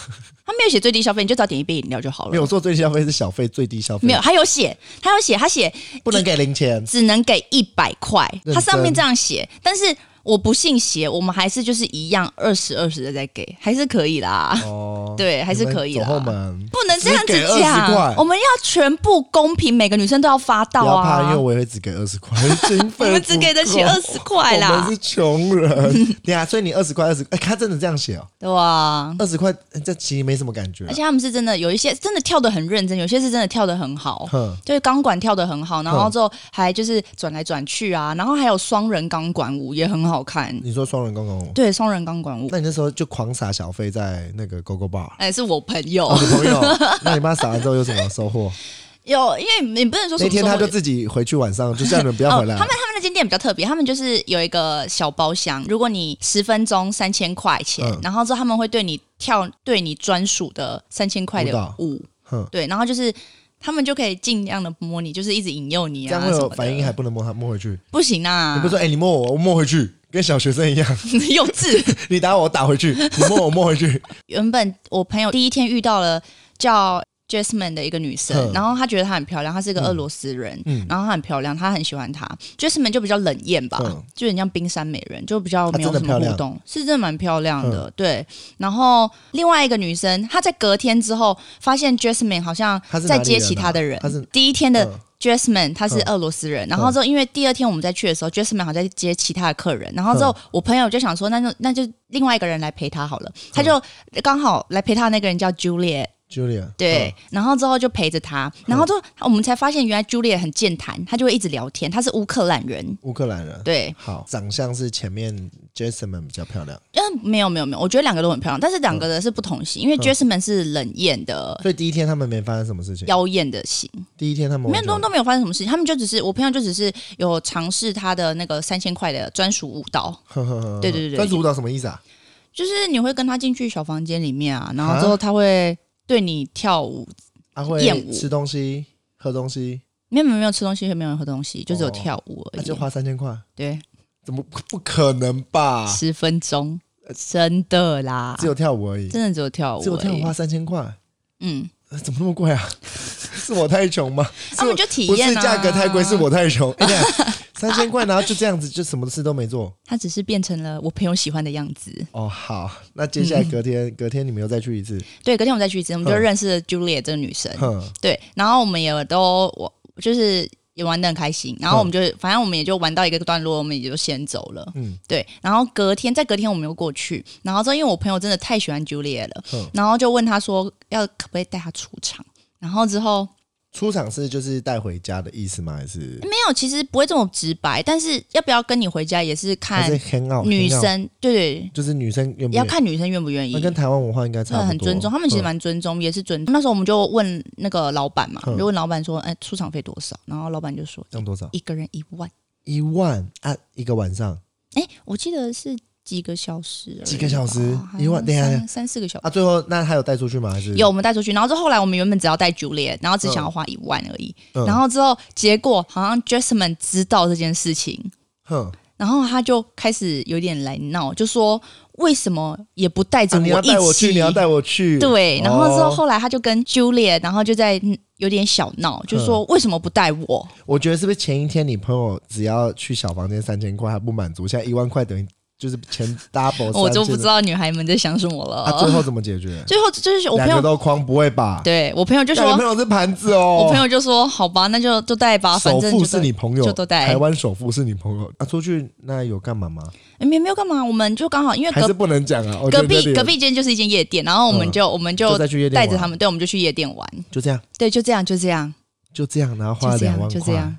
[SPEAKER 3] 他没有写最低消费，你就只要点一杯饮料就好
[SPEAKER 2] 没有，
[SPEAKER 3] 了
[SPEAKER 2] 我。做最低消费是小费，最低消费
[SPEAKER 3] 没有，他有写，他有写，他写
[SPEAKER 2] 不能给零钱。
[SPEAKER 3] 只能给一百块，
[SPEAKER 2] 认真
[SPEAKER 3] 它上面这样写，但是我不信邪，我们还是就是一样二十二十的在给，还是可以啦，
[SPEAKER 2] 哦，
[SPEAKER 3] 对，还是
[SPEAKER 2] 你们
[SPEAKER 3] 可以
[SPEAKER 2] 走
[SPEAKER 3] 啦。
[SPEAKER 2] 后门，
[SPEAKER 3] 不能这样
[SPEAKER 2] 只给
[SPEAKER 3] 子
[SPEAKER 2] 20块
[SPEAKER 3] 讲，我们要全部公平，每个女生都要发到
[SPEAKER 2] 不要怕，因为
[SPEAKER 3] 啊！
[SPEAKER 2] 我也会只给二十块，经费
[SPEAKER 3] 我们只
[SPEAKER 2] 不
[SPEAKER 3] 给得起
[SPEAKER 2] 够
[SPEAKER 3] 二十块
[SPEAKER 2] 我们
[SPEAKER 3] 啦
[SPEAKER 2] 是，穷人， 对啊，所以你二十块二十，哎，他真的这样写哦，
[SPEAKER 3] 对吧？
[SPEAKER 2] 二十块，呃这其实没什么感觉
[SPEAKER 3] 而。且他们是真的有一些真的跳得很认真，有些是真的跳得很好，
[SPEAKER 2] 哼，
[SPEAKER 3] 就是钢管跳得很好，然后
[SPEAKER 2] 哼
[SPEAKER 3] 之后还就是转来转去啊，然后还有双人钢管舞也很好看，
[SPEAKER 2] 你说双人公共，
[SPEAKER 3] 对，双人钢管舞，
[SPEAKER 2] 那你那时候就狂撒小费在那个 GoGo Bar，
[SPEAKER 3] 哎，是我朋友，
[SPEAKER 2] 哦，你朋友， 那你帮他撒完之后有什么收 获？
[SPEAKER 3] 有，因为你不能说什
[SPEAKER 2] 那
[SPEAKER 3] 么
[SPEAKER 2] 天
[SPEAKER 3] 时
[SPEAKER 2] 他
[SPEAKER 3] 候
[SPEAKER 2] 就
[SPEAKER 3] 会
[SPEAKER 2] 自己回去，晚上就叫你们不
[SPEAKER 3] 哦，
[SPEAKER 2] 要
[SPEAKER 3] 他
[SPEAKER 2] 回
[SPEAKER 3] 们
[SPEAKER 2] 来。
[SPEAKER 3] 他们那间店比较特别，他们就是有一个小包厢，如果你十分钟三千块钱，
[SPEAKER 2] 嗯
[SPEAKER 3] 然后之后他们会对你跳对你专属的三千块
[SPEAKER 2] 舞蹈
[SPEAKER 3] 的舞，
[SPEAKER 2] 哼，
[SPEAKER 3] 对，然后就是他们就可以尽量的摸你，就是一直引诱你
[SPEAKER 2] 这
[SPEAKER 3] 啊
[SPEAKER 2] 样
[SPEAKER 3] 什
[SPEAKER 2] 会
[SPEAKER 3] 么
[SPEAKER 2] 有
[SPEAKER 3] 的
[SPEAKER 2] 反应，还不能摸他摸回去。
[SPEAKER 3] 不行啊，
[SPEAKER 2] 你不是说，哎，你摸我，我摸回去，跟小学生一样，
[SPEAKER 3] 幼稚。
[SPEAKER 2] 你打我，我打回去；你摸我，我摸回 去。
[SPEAKER 3] 原本我朋友第一天遇到了叫 Jasmine 的一个女生
[SPEAKER 2] 嗯，
[SPEAKER 3] 然后她觉得她很漂亮，她是一个俄罗斯人，
[SPEAKER 2] 嗯
[SPEAKER 3] 然后她很漂亮，她很喜欢她。Jasmine 就比较冷艳吧，
[SPEAKER 2] 嗯
[SPEAKER 3] 就很像冰山美人，就比较没有
[SPEAKER 2] 她真的
[SPEAKER 3] 什
[SPEAKER 2] 漂
[SPEAKER 3] 么互
[SPEAKER 2] 亮嗯
[SPEAKER 3] 动，是真的蛮漂亮的。对，然后另外一个女生，她在隔天之后发现 Jasmine 好像
[SPEAKER 2] 她是哪
[SPEAKER 3] 在
[SPEAKER 2] 里
[SPEAKER 3] 接
[SPEAKER 2] 人
[SPEAKER 3] 其
[SPEAKER 2] 啊
[SPEAKER 3] 他的人，
[SPEAKER 2] 她是
[SPEAKER 3] 第一天的
[SPEAKER 2] 嗯
[SPEAKER 3] Jasmine 她是
[SPEAKER 2] 嗯
[SPEAKER 3] 俄罗斯人，然后之后因为第二天我们再去的时候，Jasmine 好像在接其他的客人，然后之后
[SPEAKER 2] 嗯
[SPEAKER 3] 我朋友就想说，那就那就另外一个人来陪她好了，他就
[SPEAKER 2] 嗯
[SPEAKER 3] 刚好来陪她的那个人叫 Juliet，
[SPEAKER 2] Julia，嗯
[SPEAKER 3] 对，然后之后就陪着她，然后之后我们才发现原来 Juliet 很健谈，她就会一直聊天，她是乌克兰人，
[SPEAKER 2] 嗯乌克兰人。
[SPEAKER 3] 对，
[SPEAKER 2] 好，长相是前面 Jasmine 比较漂亮，
[SPEAKER 3] 嗯，没有没有没有，我觉得两个都很漂亮，但是
[SPEAKER 2] 嗯
[SPEAKER 3] 两个的是不同型，因为 Jasmine 是冷艳的。
[SPEAKER 2] 所以第一天他们没发生什么事情。
[SPEAKER 3] 妖艳的型，
[SPEAKER 2] 第一天他们
[SPEAKER 3] 没
[SPEAKER 2] 完
[SPEAKER 3] 有
[SPEAKER 2] 全
[SPEAKER 3] 都 都没有发生什么事情，他们就只是我朋友就只是有尝试他的那个三千块的专属舞蹈，
[SPEAKER 2] 呵呵呵呵
[SPEAKER 3] 对对对对
[SPEAKER 2] 专属舞蹈什么意思啊？
[SPEAKER 3] 就是你会跟他进去小房间里面啊，然后之后他会对你跳舞，
[SPEAKER 2] 他会
[SPEAKER 3] 厌恶
[SPEAKER 2] 吃东西、喝东西，
[SPEAKER 3] 没有没有没有吃东西，没有人喝东西，就只有跳舞而
[SPEAKER 2] 哦那
[SPEAKER 3] 已。
[SPEAKER 2] 就花三千块，
[SPEAKER 3] 对，
[SPEAKER 2] 怎么不可能吧？
[SPEAKER 3] 十分钟，真的啦，
[SPEAKER 2] 啊呃只有跳舞而已，
[SPEAKER 3] 真的只有跳舞
[SPEAKER 2] 只有
[SPEAKER 3] 而
[SPEAKER 2] 跳舞
[SPEAKER 3] 已
[SPEAKER 2] 花。三千块，
[SPEAKER 3] 嗯，
[SPEAKER 2] 呃怎么那么贵啊？ 是我太穷吗？
[SPEAKER 3] 他
[SPEAKER 2] 是
[SPEAKER 3] 们
[SPEAKER 2] 我
[SPEAKER 3] 就体
[SPEAKER 2] 不
[SPEAKER 3] 验
[SPEAKER 2] 是
[SPEAKER 3] 啊，
[SPEAKER 2] 价格太贵，是我太 穷。哎呀，三千块，然后就这样子，就什么事都没做。
[SPEAKER 3] 他只是变成了我朋友喜欢的样子。
[SPEAKER 2] 哦，好，那接下来隔
[SPEAKER 3] 嗯
[SPEAKER 2] 天，隔天你们又再去一次，
[SPEAKER 3] 对，隔天我们再去一次，我们就
[SPEAKER 2] 嗯
[SPEAKER 3] 认识了 Julia 这个女生。
[SPEAKER 2] 哼，
[SPEAKER 3] 对，然后我们也都我就是也玩的很开心，然后我们就、反正我们也就玩到一个段落，我们也就先走了。
[SPEAKER 2] 嗯
[SPEAKER 3] 嗯，对，然后隔天再隔天我们又过去，然后之后因为我朋友真的太喜欢 Julia 了，
[SPEAKER 2] 嗯
[SPEAKER 3] 然后就问他说要可不可以带她出场。然后之后
[SPEAKER 2] 出场是就是带回家的意思吗？还是
[SPEAKER 3] 没有，其实不会这么直白，但是要不要跟你回家也是
[SPEAKER 2] 还
[SPEAKER 3] 看
[SPEAKER 2] 是 hang out
[SPEAKER 3] 女
[SPEAKER 2] hang out，
[SPEAKER 3] 生，对对，
[SPEAKER 2] 就是女生愿不
[SPEAKER 3] 也要
[SPEAKER 2] 愿意？
[SPEAKER 3] 看女生愿不愿意
[SPEAKER 2] 那。跟台湾文化应该差
[SPEAKER 3] 这
[SPEAKER 2] 不多。
[SPEAKER 3] 很尊重，他们其实
[SPEAKER 2] 嗯
[SPEAKER 3] 蛮尊重，也是尊重。那时候我们就问那个老板嘛，
[SPEAKER 2] 嗯
[SPEAKER 3] 就问老板说：“哎，出场费多少？”然后老板就说
[SPEAKER 2] 这样多少：“？
[SPEAKER 3] 一个人一万。”
[SPEAKER 2] 一万啊，一个晚上
[SPEAKER 3] 哎、我记得是几个小时而已吧，
[SPEAKER 2] 几个小时
[SPEAKER 3] 好
[SPEAKER 2] 一万
[SPEAKER 3] 像
[SPEAKER 2] 等一下等一
[SPEAKER 3] 三三四个小时。
[SPEAKER 2] 啊，最后那还有带出去吗？还是
[SPEAKER 3] 有我们带出去，然后之后后来我们原本只要带 Juliet，然后只想要花一万而已。
[SPEAKER 2] 嗯
[SPEAKER 3] 然后之后结果好像 Jasmine 知道这件事情，
[SPEAKER 2] 哼，
[SPEAKER 3] 然后他就开始有点来闹，就说为什么也不带着
[SPEAKER 2] 啊、你要
[SPEAKER 3] 一起？
[SPEAKER 2] 带我去，你要带我去，
[SPEAKER 3] 对，然后之
[SPEAKER 2] 哦
[SPEAKER 3] 后后来他就跟 Juliet，然后就在嗯有点小闹，就
[SPEAKER 2] 嗯
[SPEAKER 3] 说为什么不带我？
[SPEAKER 2] 我觉得是不是前一天你朋友只要去小房间三千块还不满足，现在一万块等于就是钱 double，
[SPEAKER 3] 我就不知
[SPEAKER 2] 3000。
[SPEAKER 3] 道女孩们在想什么
[SPEAKER 2] 啊，最
[SPEAKER 3] 了。
[SPEAKER 2] 后怎么解决？
[SPEAKER 3] 最后就是我朋
[SPEAKER 2] 两
[SPEAKER 3] 友
[SPEAKER 2] 个，都框，不会吧？
[SPEAKER 3] 对我朋友就
[SPEAKER 2] 干你
[SPEAKER 3] 说
[SPEAKER 2] 朋友是盘子哦，
[SPEAKER 3] 我朋友就说：“好吧，那就就带吧，反
[SPEAKER 2] 首
[SPEAKER 3] 正
[SPEAKER 2] 富
[SPEAKER 3] 就是
[SPEAKER 2] 你朋友，
[SPEAKER 3] 就都带
[SPEAKER 2] 台湾首富是你朋友啊。出去那有干嘛吗？
[SPEAKER 3] 诶没没有干嘛，我们就刚好因为
[SPEAKER 2] 还是
[SPEAKER 3] 隔
[SPEAKER 2] 不能讲啊？我觉
[SPEAKER 3] 隔
[SPEAKER 2] 得这
[SPEAKER 3] 壁
[SPEAKER 2] 里
[SPEAKER 3] 隔壁间就是一间夜店，然后我们就、我们
[SPEAKER 2] 嗯就
[SPEAKER 3] 就
[SPEAKER 2] 再去夜店
[SPEAKER 3] 带着
[SPEAKER 2] 玩
[SPEAKER 3] 他们，对，我们就去夜店玩，
[SPEAKER 2] 就这样，
[SPEAKER 3] 对，就这样就这样
[SPEAKER 2] 就这样，然后花
[SPEAKER 3] 就
[SPEAKER 2] 了
[SPEAKER 3] 这
[SPEAKER 2] 两
[SPEAKER 3] 样
[SPEAKER 2] 万
[SPEAKER 3] 就这
[SPEAKER 2] 块。
[SPEAKER 3] 样，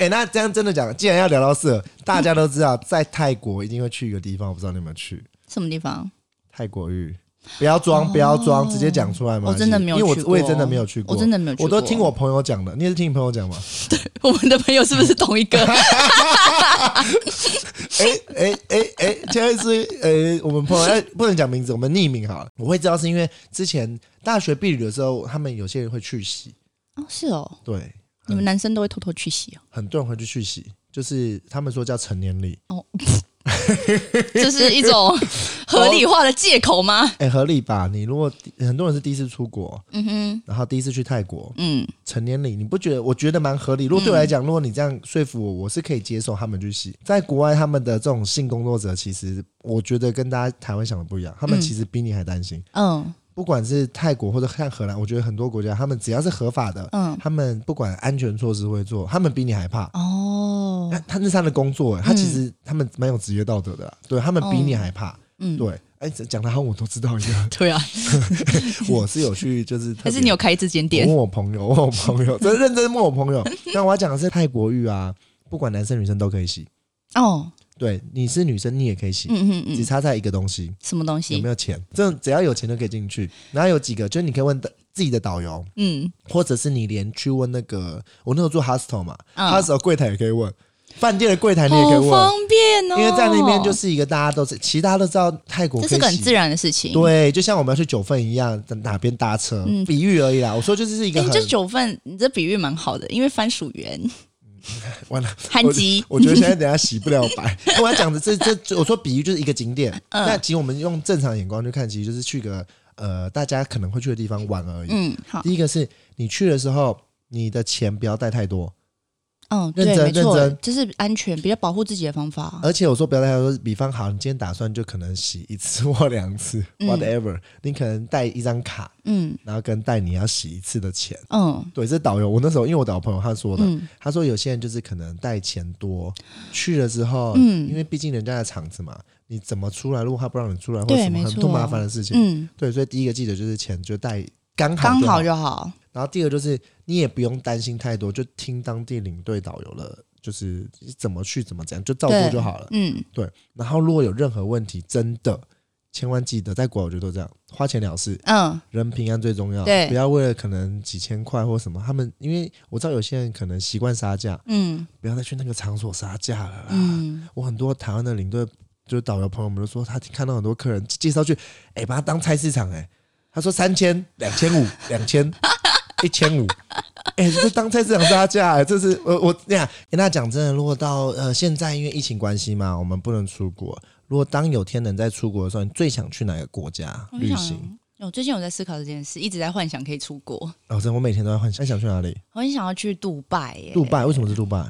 [SPEAKER 2] 哎、那这样真的讲，既然要聊到色，大家都知道，在泰国一定会去一个地方，我不知道你有没有去
[SPEAKER 3] 什么地方？
[SPEAKER 2] 泰国浴。不要装，不要装，直接讲出来嘛。
[SPEAKER 3] 哦我真的没有
[SPEAKER 2] 因为
[SPEAKER 3] 去
[SPEAKER 2] 我
[SPEAKER 3] 过
[SPEAKER 2] 我也真的没有去过，
[SPEAKER 3] 我真的没有去
[SPEAKER 2] 我都
[SPEAKER 3] 过
[SPEAKER 2] 听我朋友讲的。你也是听你朋友讲吗？
[SPEAKER 3] 我们的朋友是不是同 一个？哦
[SPEAKER 2] 哎哎哎哎，现在是哎、我们朋友哎不能讲名字，我们匿名好了。我会知道是因为之前大学毕业的时候，他们有些人会去洗，
[SPEAKER 3] 哦，是哦，
[SPEAKER 2] 对，
[SPEAKER 3] 你们男生都会偷偷去洗哦，
[SPEAKER 2] 很多人会去去洗，就是他们说叫成年礼，
[SPEAKER 3] 这是一种合理化的借口吗？
[SPEAKER 2] 哎、合理吧？你如果很多人是第一次出国，
[SPEAKER 3] 嗯哼，
[SPEAKER 2] 然后第一次去泰国，
[SPEAKER 3] 嗯，
[SPEAKER 2] 成年礼，你不觉得？我觉得蛮合理。如果对我来讲，如果你这样说服我，我是可以接受他们去洗。在国外，他们的这种性工作者，其实我觉得跟大家台湾想的不一样，他们
[SPEAKER 3] 嗯
[SPEAKER 2] 其实比你还担心。
[SPEAKER 3] 嗯
[SPEAKER 2] 不管是泰国或者看荷兰，我觉得很多国家，他们只要是合法的，
[SPEAKER 3] 嗯，
[SPEAKER 2] 他们不管安全措施会做，他们比你还怕。
[SPEAKER 3] 哦
[SPEAKER 2] 他，他那是他的工作，欸他其实他们蛮有职业道德的啦，对他们比你还怕。
[SPEAKER 3] 嗯，。
[SPEAKER 2] 对，哎，讲的好像我都知道一样
[SPEAKER 3] 对啊，
[SPEAKER 2] 我是有去，就是特
[SPEAKER 3] 还
[SPEAKER 2] 别
[SPEAKER 3] 是你有开这间店
[SPEAKER 2] 我？问我朋友，我问我朋友，真的认真问我 朋友。但我要讲的是泰国浴啊，不管男生女生都可以洗。
[SPEAKER 3] 哦，
[SPEAKER 2] 对，你是女生你也可以洗，
[SPEAKER 3] 嗯嗯
[SPEAKER 2] 只
[SPEAKER 3] 嗯，
[SPEAKER 2] 差在一个东西，
[SPEAKER 3] 什么东
[SPEAKER 2] 有
[SPEAKER 3] 西
[SPEAKER 2] 没？有钱？这只要有钱就可以进去。然后有几个，就是你可以问的自己的导游，
[SPEAKER 3] 嗯，
[SPEAKER 2] 或者是你连去问那个，我那时候住 hostel 嘛、
[SPEAKER 3] 嗯
[SPEAKER 2] h o s t e l 柜台也可以问，饭店的柜台你也可以
[SPEAKER 3] 好
[SPEAKER 2] 问，
[SPEAKER 3] 方便哦，
[SPEAKER 2] 因为在那边就是一个大家都是，其实大家都知道泰国
[SPEAKER 3] 这
[SPEAKER 2] 可以
[SPEAKER 3] 是个很
[SPEAKER 2] 洗
[SPEAKER 3] 自然的事情。，
[SPEAKER 2] 对，就像我们要去九份一样，哪边搭车，
[SPEAKER 3] 嗯
[SPEAKER 2] 比喻而已啦。我说就是一个
[SPEAKER 3] 哎，你
[SPEAKER 2] 很
[SPEAKER 3] 这九份，你这比喻蛮好的，因为番薯园嗯
[SPEAKER 2] 完了，
[SPEAKER 3] 憨
[SPEAKER 2] 我
[SPEAKER 3] 吉
[SPEAKER 2] 我觉得现在等一下洗不了 白。我要讲的这这，我说比喻就是一个景点，
[SPEAKER 3] 嗯
[SPEAKER 2] 那其实我们用正常眼光去看，其实就是去个呃大家可能会去的地方玩而已。
[SPEAKER 3] 嗯，好，
[SPEAKER 2] 第一个是你去的时候，你的钱不要带太多，
[SPEAKER 3] 嗯，
[SPEAKER 2] 认
[SPEAKER 3] 对，
[SPEAKER 2] 真
[SPEAKER 3] 没错
[SPEAKER 2] 认，真呃
[SPEAKER 3] 这是安全、比较保护自己的方法。
[SPEAKER 2] 而且我说不要带太多，比方好，你今天打算就可能洗一次或两次
[SPEAKER 3] 嗯
[SPEAKER 2] ，whatever，、你可能带一张卡，
[SPEAKER 3] 嗯
[SPEAKER 2] 然后跟带你要洗一次的钱。
[SPEAKER 3] 嗯
[SPEAKER 2] 对，这导游，我那时候因为我导游朋友他说的，
[SPEAKER 3] 嗯
[SPEAKER 2] 他说有些人就是可能带钱多，去了之后，
[SPEAKER 3] 嗯
[SPEAKER 2] 因为毕竟人家的场子嘛，你怎么出来？如果他不让你出来，或
[SPEAKER 3] 对
[SPEAKER 2] 什么
[SPEAKER 3] 没
[SPEAKER 2] 很
[SPEAKER 3] 错
[SPEAKER 2] 多麻烦的事情，
[SPEAKER 3] 嗯，
[SPEAKER 2] 对，所以第一个记得就是钱就带刚好
[SPEAKER 3] 刚
[SPEAKER 2] 就好
[SPEAKER 3] 好，就好。
[SPEAKER 2] 然后第二个就是你也不用担心太多，就听当地领队导游了，就是怎么去怎么讲，就照做
[SPEAKER 3] 对
[SPEAKER 2] 就好了。
[SPEAKER 3] 嗯，
[SPEAKER 2] 对，然后如果有任何问题，真的千万记得，在国外我觉得都这样，花钱了事，
[SPEAKER 3] 嗯，
[SPEAKER 2] 人平安最重要。
[SPEAKER 3] 对
[SPEAKER 2] 不要为了可能几千块或什么，他们因为我知道有些人可能习惯杀价，
[SPEAKER 3] 嗯，
[SPEAKER 2] 不要再去那个场所杀价了啦。
[SPEAKER 3] 嗯，
[SPEAKER 2] 我很多台湾的领队就是导游朋友们都说，他看到很多客人介绍去，哎、把它当菜市场、哎，他说三千、两千 五、两千、一千五。哎、这当菜市场杀价、哎这是我我那样跟大家讲真的，如果到呃现在因为疫情关系嘛，我们不能出国。如果当有天能在出国的时候，你最想去哪个国家
[SPEAKER 3] 我就
[SPEAKER 2] 旅
[SPEAKER 3] 想
[SPEAKER 2] 行？，
[SPEAKER 3] 我哦最近有在思考这件事，一直在幻想可以出国。
[SPEAKER 2] 老真的，我每天都在幻想，想去哪里？
[SPEAKER 3] 我很想要去杜拜耶，
[SPEAKER 2] 杜拜？为什么是杜拜？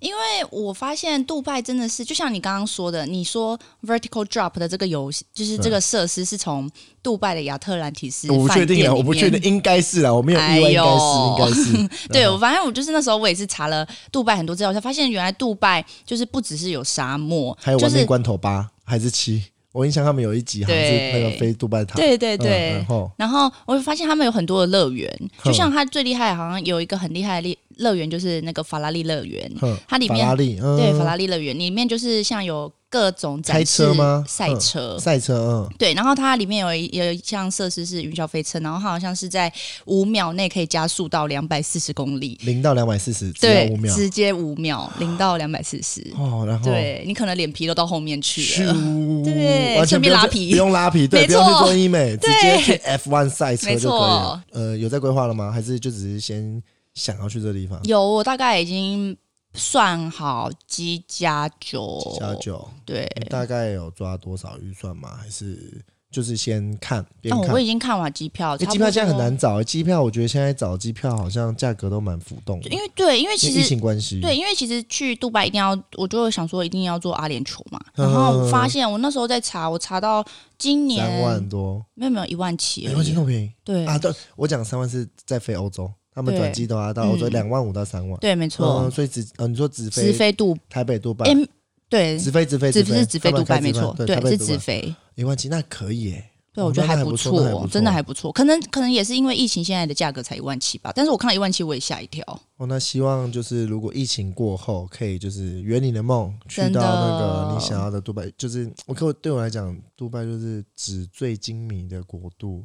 [SPEAKER 3] 因为我发现杜拜真的是，就像你刚刚说的，你说 vertical drop 的这个游戏，就是这个设施是从杜拜的亚特兰提斯
[SPEAKER 2] 我不确
[SPEAKER 3] 饭店里
[SPEAKER 2] 定
[SPEAKER 3] 面
[SPEAKER 2] 啊，
[SPEAKER 3] 哎
[SPEAKER 2] 我不确定，。应该是啊，我没有意外，应该是，应该是。 嗯
[SPEAKER 3] 对，我反正我就是那时候我也是查了杜拜很多资料，我才发现原来杜拜就是不只是有沙漠，
[SPEAKER 2] 还有
[SPEAKER 3] 就
[SPEAKER 2] 玩命
[SPEAKER 3] 是
[SPEAKER 2] 关头八还是七？我印象他们有一集好像是那个
[SPEAKER 3] 对
[SPEAKER 2] 飞杜拜塔，
[SPEAKER 3] 对对
[SPEAKER 2] 嗯
[SPEAKER 3] 对。
[SPEAKER 2] 然后
[SPEAKER 3] 然后我就发现他们有很多的乐园，
[SPEAKER 2] 哼
[SPEAKER 3] 就像它最厉害的，好像有一个很厉害的乐乐园，就是那个法拉利乐园。
[SPEAKER 2] 哼
[SPEAKER 3] 它里面
[SPEAKER 2] 法拉利，嗯
[SPEAKER 3] 对，法拉利乐园里面就是像有各种展示
[SPEAKER 2] 开车吗
[SPEAKER 3] 赛车。
[SPEAKER 2] 赛车，嗯
[SPEAKER 3] 对，然后它里面有一有一项设施是云霄飞车，然后它好像是在五秒内可以加速到两百四十公里，
[SPEAKER 2] 嗯，零到两百四十，只要
[SPEAKER 3] 对
[SPEAKER 2] 五，秒。
[SPEAKER 3] 直接五秒零到两百四十，
[SPEAKER 2] 哦，然后
[SPEAKER 3] 对你可能脸皮都到后面去
[SPEAKER 2] 咻
[SPEAKER 3] 了，，对
[SPEAKER 2] 完全不
[SPEAKER 3] 顺便
[SPEAKER 2] 用
[SPEAKER 3] 拉
[SPEAKER 2] 去
[SPEAKER 3] 皮
[SPEAKER 2] 不用拉 皮，对，
[SPEAKER 3] 没
[SPEAKER 2] 不用去
[SPEAKER 3] 错
[SPEAKER 2] 做医美，直接
[SPEAKER 3] 对
[SPEAKER 2] 去 F1 赛车
[SPEAKER 3] 没
[SPEAKER 2] 就可以了
[SPEAKER 3] 错。
[SPEAKER 2] 呃，有在规划了吗？还是就只是先想要去这地方？
[SPEAKER 3] 有，我大概已经算好机加酒，
[SPEAKER 2] 小九，
[SPEAKER 3] 对。
[SPEAKER 2] 你大概有抓多少预算吗？还是就是先看边
[SPEAKER 3] 但
[SPEAKER 2] 看
[SPEAKER 3] 我？已经看完机票，
[SPEAKER 2] 欸
[SPEAKER 3] 差不
[SPEAKER 2] 机票
[SPEAKER 3] 多
[SPEAKER 2] 现在很难找、欸，机票我觉得现在找机票好像价格都蛮浮动的，
[SPEAKER 3] 因为对，因为其
[SPEAKER 2] 因为疫
[SPEAKER 3] 实
[SPEAKER 2] 情关系。
[SPEAKER 3] 对，，因为其实去杜拜一定要，我就想说一定要做阿联酋嘛。
[SPEAKER 2] 嗯
[SPEAKER 3] 然后我发现我那时候在查，我查到今年
[SPEAKER 2] 三万哎多，
[SPEAKER 3] 没有没有一万七而
[SPEAKER 2] 没关系，
[SPEAKER 3] 已，
[SPEAKER 2] 那么便宜
[SPEAKER 3] 对
[SPEAKER 2] 啊！对，我讲三万是在飞欧洲，他们
[SPEAKER 3] 对
[SPEAKER 2] 转机的话到欧洲
[SPEAKER 3] 嗯
[SPEAKER 2] 两万五到三万，
[SPEAKER 3] 对，没
[SPEAKER 2] 嗯，
[SPEAKER 3] 错，
[SPEAKER 2] 所以直呃你说直
[SPEAKER 3] 直
[SPEAKER 2] 飞
[SPEAKER 3] 飞杜
[SPEAKER 2] 台北杜拜，
[SPEAKER 3] 哎，对，
[SPEAKER 2] 直飞直飞
[SPEAKER 3] 直是直
[SPEAKER 2] 他
[SPEAKER 3] 飞杜
[SPEAKER 2] 们开
[SPEAKER 3] 拜没错，
[SPEAKER 2] 直飞
[SPEAKER 3] 对
[SPEAKER 2] 台，北
[SPEAKER 3] 是
[SPEAKER 2] 杜
[SPEAKER 3] 直
[SPEAKER 2] 拜
[SPEAKER 3] 飞。
[SPEAKER 2] 一万七那可以耶，
[SPEAKER 3] 对，
[SPEAKER 2] 哦
[SPEAKER 3] 我觉得
[SPEAKER 2] 那还不
[SPEAKER 3] 不
[SPEAKER 2] 错那还不
[SPEAKER 3] 错，真的
[SPEAKER 2] 错
[SPEAKER 3] 还不错。可能可能也是因为疫情，现在的价格才一万七吧。但是我看到一万七，我也吓一跳。
[SPEAKER 2] 哦，那希望就是如果疫情过后，可以就是圆你的梦，去
[SPEAKER 3] 真
[SPEAKER 2] 到
[SPEAKER 3] 的
[SPEAKER 2] 那个你想要的杜拜。就是我可我对我来讲，杜拜就是纸醉金迷的国度，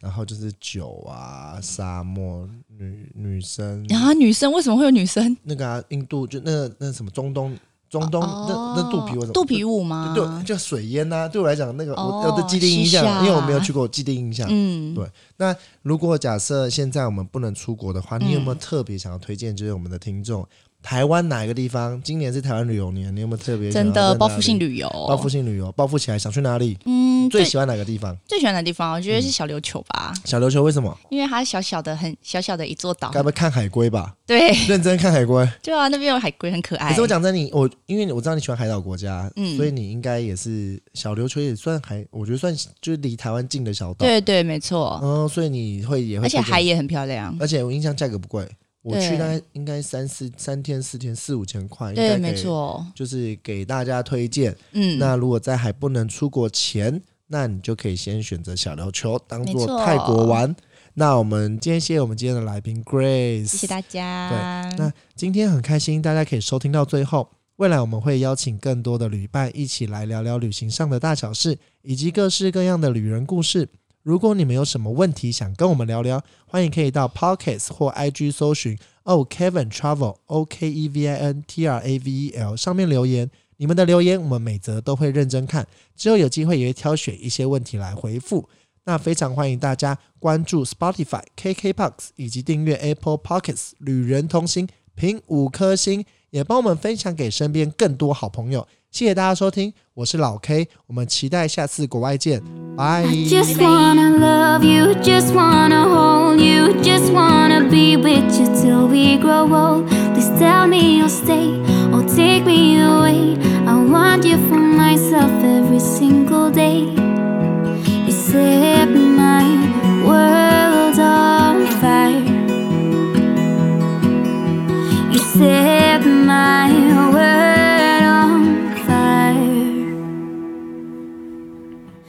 [SPEAKER 2] 然后就是酒啊、沙漠、女女生，
[SPEAKER 3] 啊，女生为什么会有女生？
[SPEAKER 2] 那个啊，印度就那个那什么中东中东、
[SPEAKER 3] 哦
[SPEAKER 2] 那那肚皮我怎么
[SPEAKER 3] 肚皮舞吗？
[SPEAKER 2] 对对就水烟呐、对我来讲那个、
[SPEAKER 3] 哦
[SPEAKER 2] 我我的既定印象
[SPEAKER 3] 西，夏
[SPEAKER 2] 因为我没有去过，既定印象。
[SPEAKER 3] 嗯，
[SPEAKER 2] 对如果假设现在我们不能出国的话，你有没有
[SPEAKER 3] 嗯
[SPEAKER 2] 特别想要推荐？就是我们的听众，台湾哪一个地方？今年是台湾旅游年，你有没有特别想
[SPEAKER 3] 真
[SPEAKER 2] 要在哪
[SPEAKER 3] 的
[SPEAKER 2] 里
[SPEAKER 3] 报复性旅游，
[SPEAKER 2] 报复性旅游，报复起来想去哪里？
[SPEAKER 3] 嗯，
[SPEAKER 2] 最
[SPEAKER 3] 最
[SPEAKER 2] 喜欢嗯哪个地方？
[SPEAKER 3] 最喜欢的地方，我觉得是小琉球吧，
[SPEAKER 2] 小琉球为什么？
[SPEAKER 3] 因为它小小的很小小的一座岛
[SPEAKER 2] 该，不会看海龟吧？
[SPEAKER 3] 对，
[SPEAKER 2] 认真看海龟。
[SPEAKER 3] 对啊，那边有海龟，很可爱。
[SPEAKER 2] 可是我讲真的，你我因为我知道你喜欢海岛国家，
[SPEAKER 3] 嗯
[SPEAKER 2] 所以你应该也是小琉球也算还，我觉得算就是离台湾近的小岛。
[SPEAKER 3] 对对，没错，
[SPEAKER 2] 嗯，所以你会也会
[SPEAKER 3] 而且
[SPEAKER 2] 推荐
[SPEAKER 3] 海也很漂亮。
[SPEAKER 2] 而且我印象价格不贵，我去
[SPEAKER 3] 对
[SPEAKER 2] 大概应该三四三天四天四五千块，应该
[SPEAKER 3] 对，
[SPEAKER 2] 可以
[SPEAKER 3] 没错，
[SPEAKER 2] 就是给大家推荐。
[SPEAKER 3] 嗯，
[SPEAKER 2] 那如果在还不能出国前，那你就可以先选择小琉球当
[SPEAKER 3] 没
[SPEAKER 2] 做
[SPEAKER 3] 错
[SPEAKER 2] 泰国玩。那我们今天谢谢我们今天的来宾 Grace，
[SPEAKER 3] 谢谢大家。
[SPEAKER 2] 那今天很开心，大家可以收听到最后。未来我们会邀请更多的旅伴一起来聊聊旅行上的大小事，以及各式各样的旅人故事。如果你们有什么问题想跟我们聊聊，欢迎可以到 Pockets 或 IG 搜寻 O Kevin Travel O K E V I N T R A V E L 上面留言。你们的留言我们每则都会认真看，之后有机会也会挑选一些问题来回复。那非常欢迎大家关注 Spotify、KKBox 以及订阅 Apple Pockets 旅人同行，评五颗星，也帮我们分享给身边更多好朋友。谢谢大家收听，我是老 K，我们期待下次国外见，拜。
[SPEAKER 4] I just wanna love you, just wanna hold you, just wanna be with you till we grow old. Please tell me you'll stay or take me away.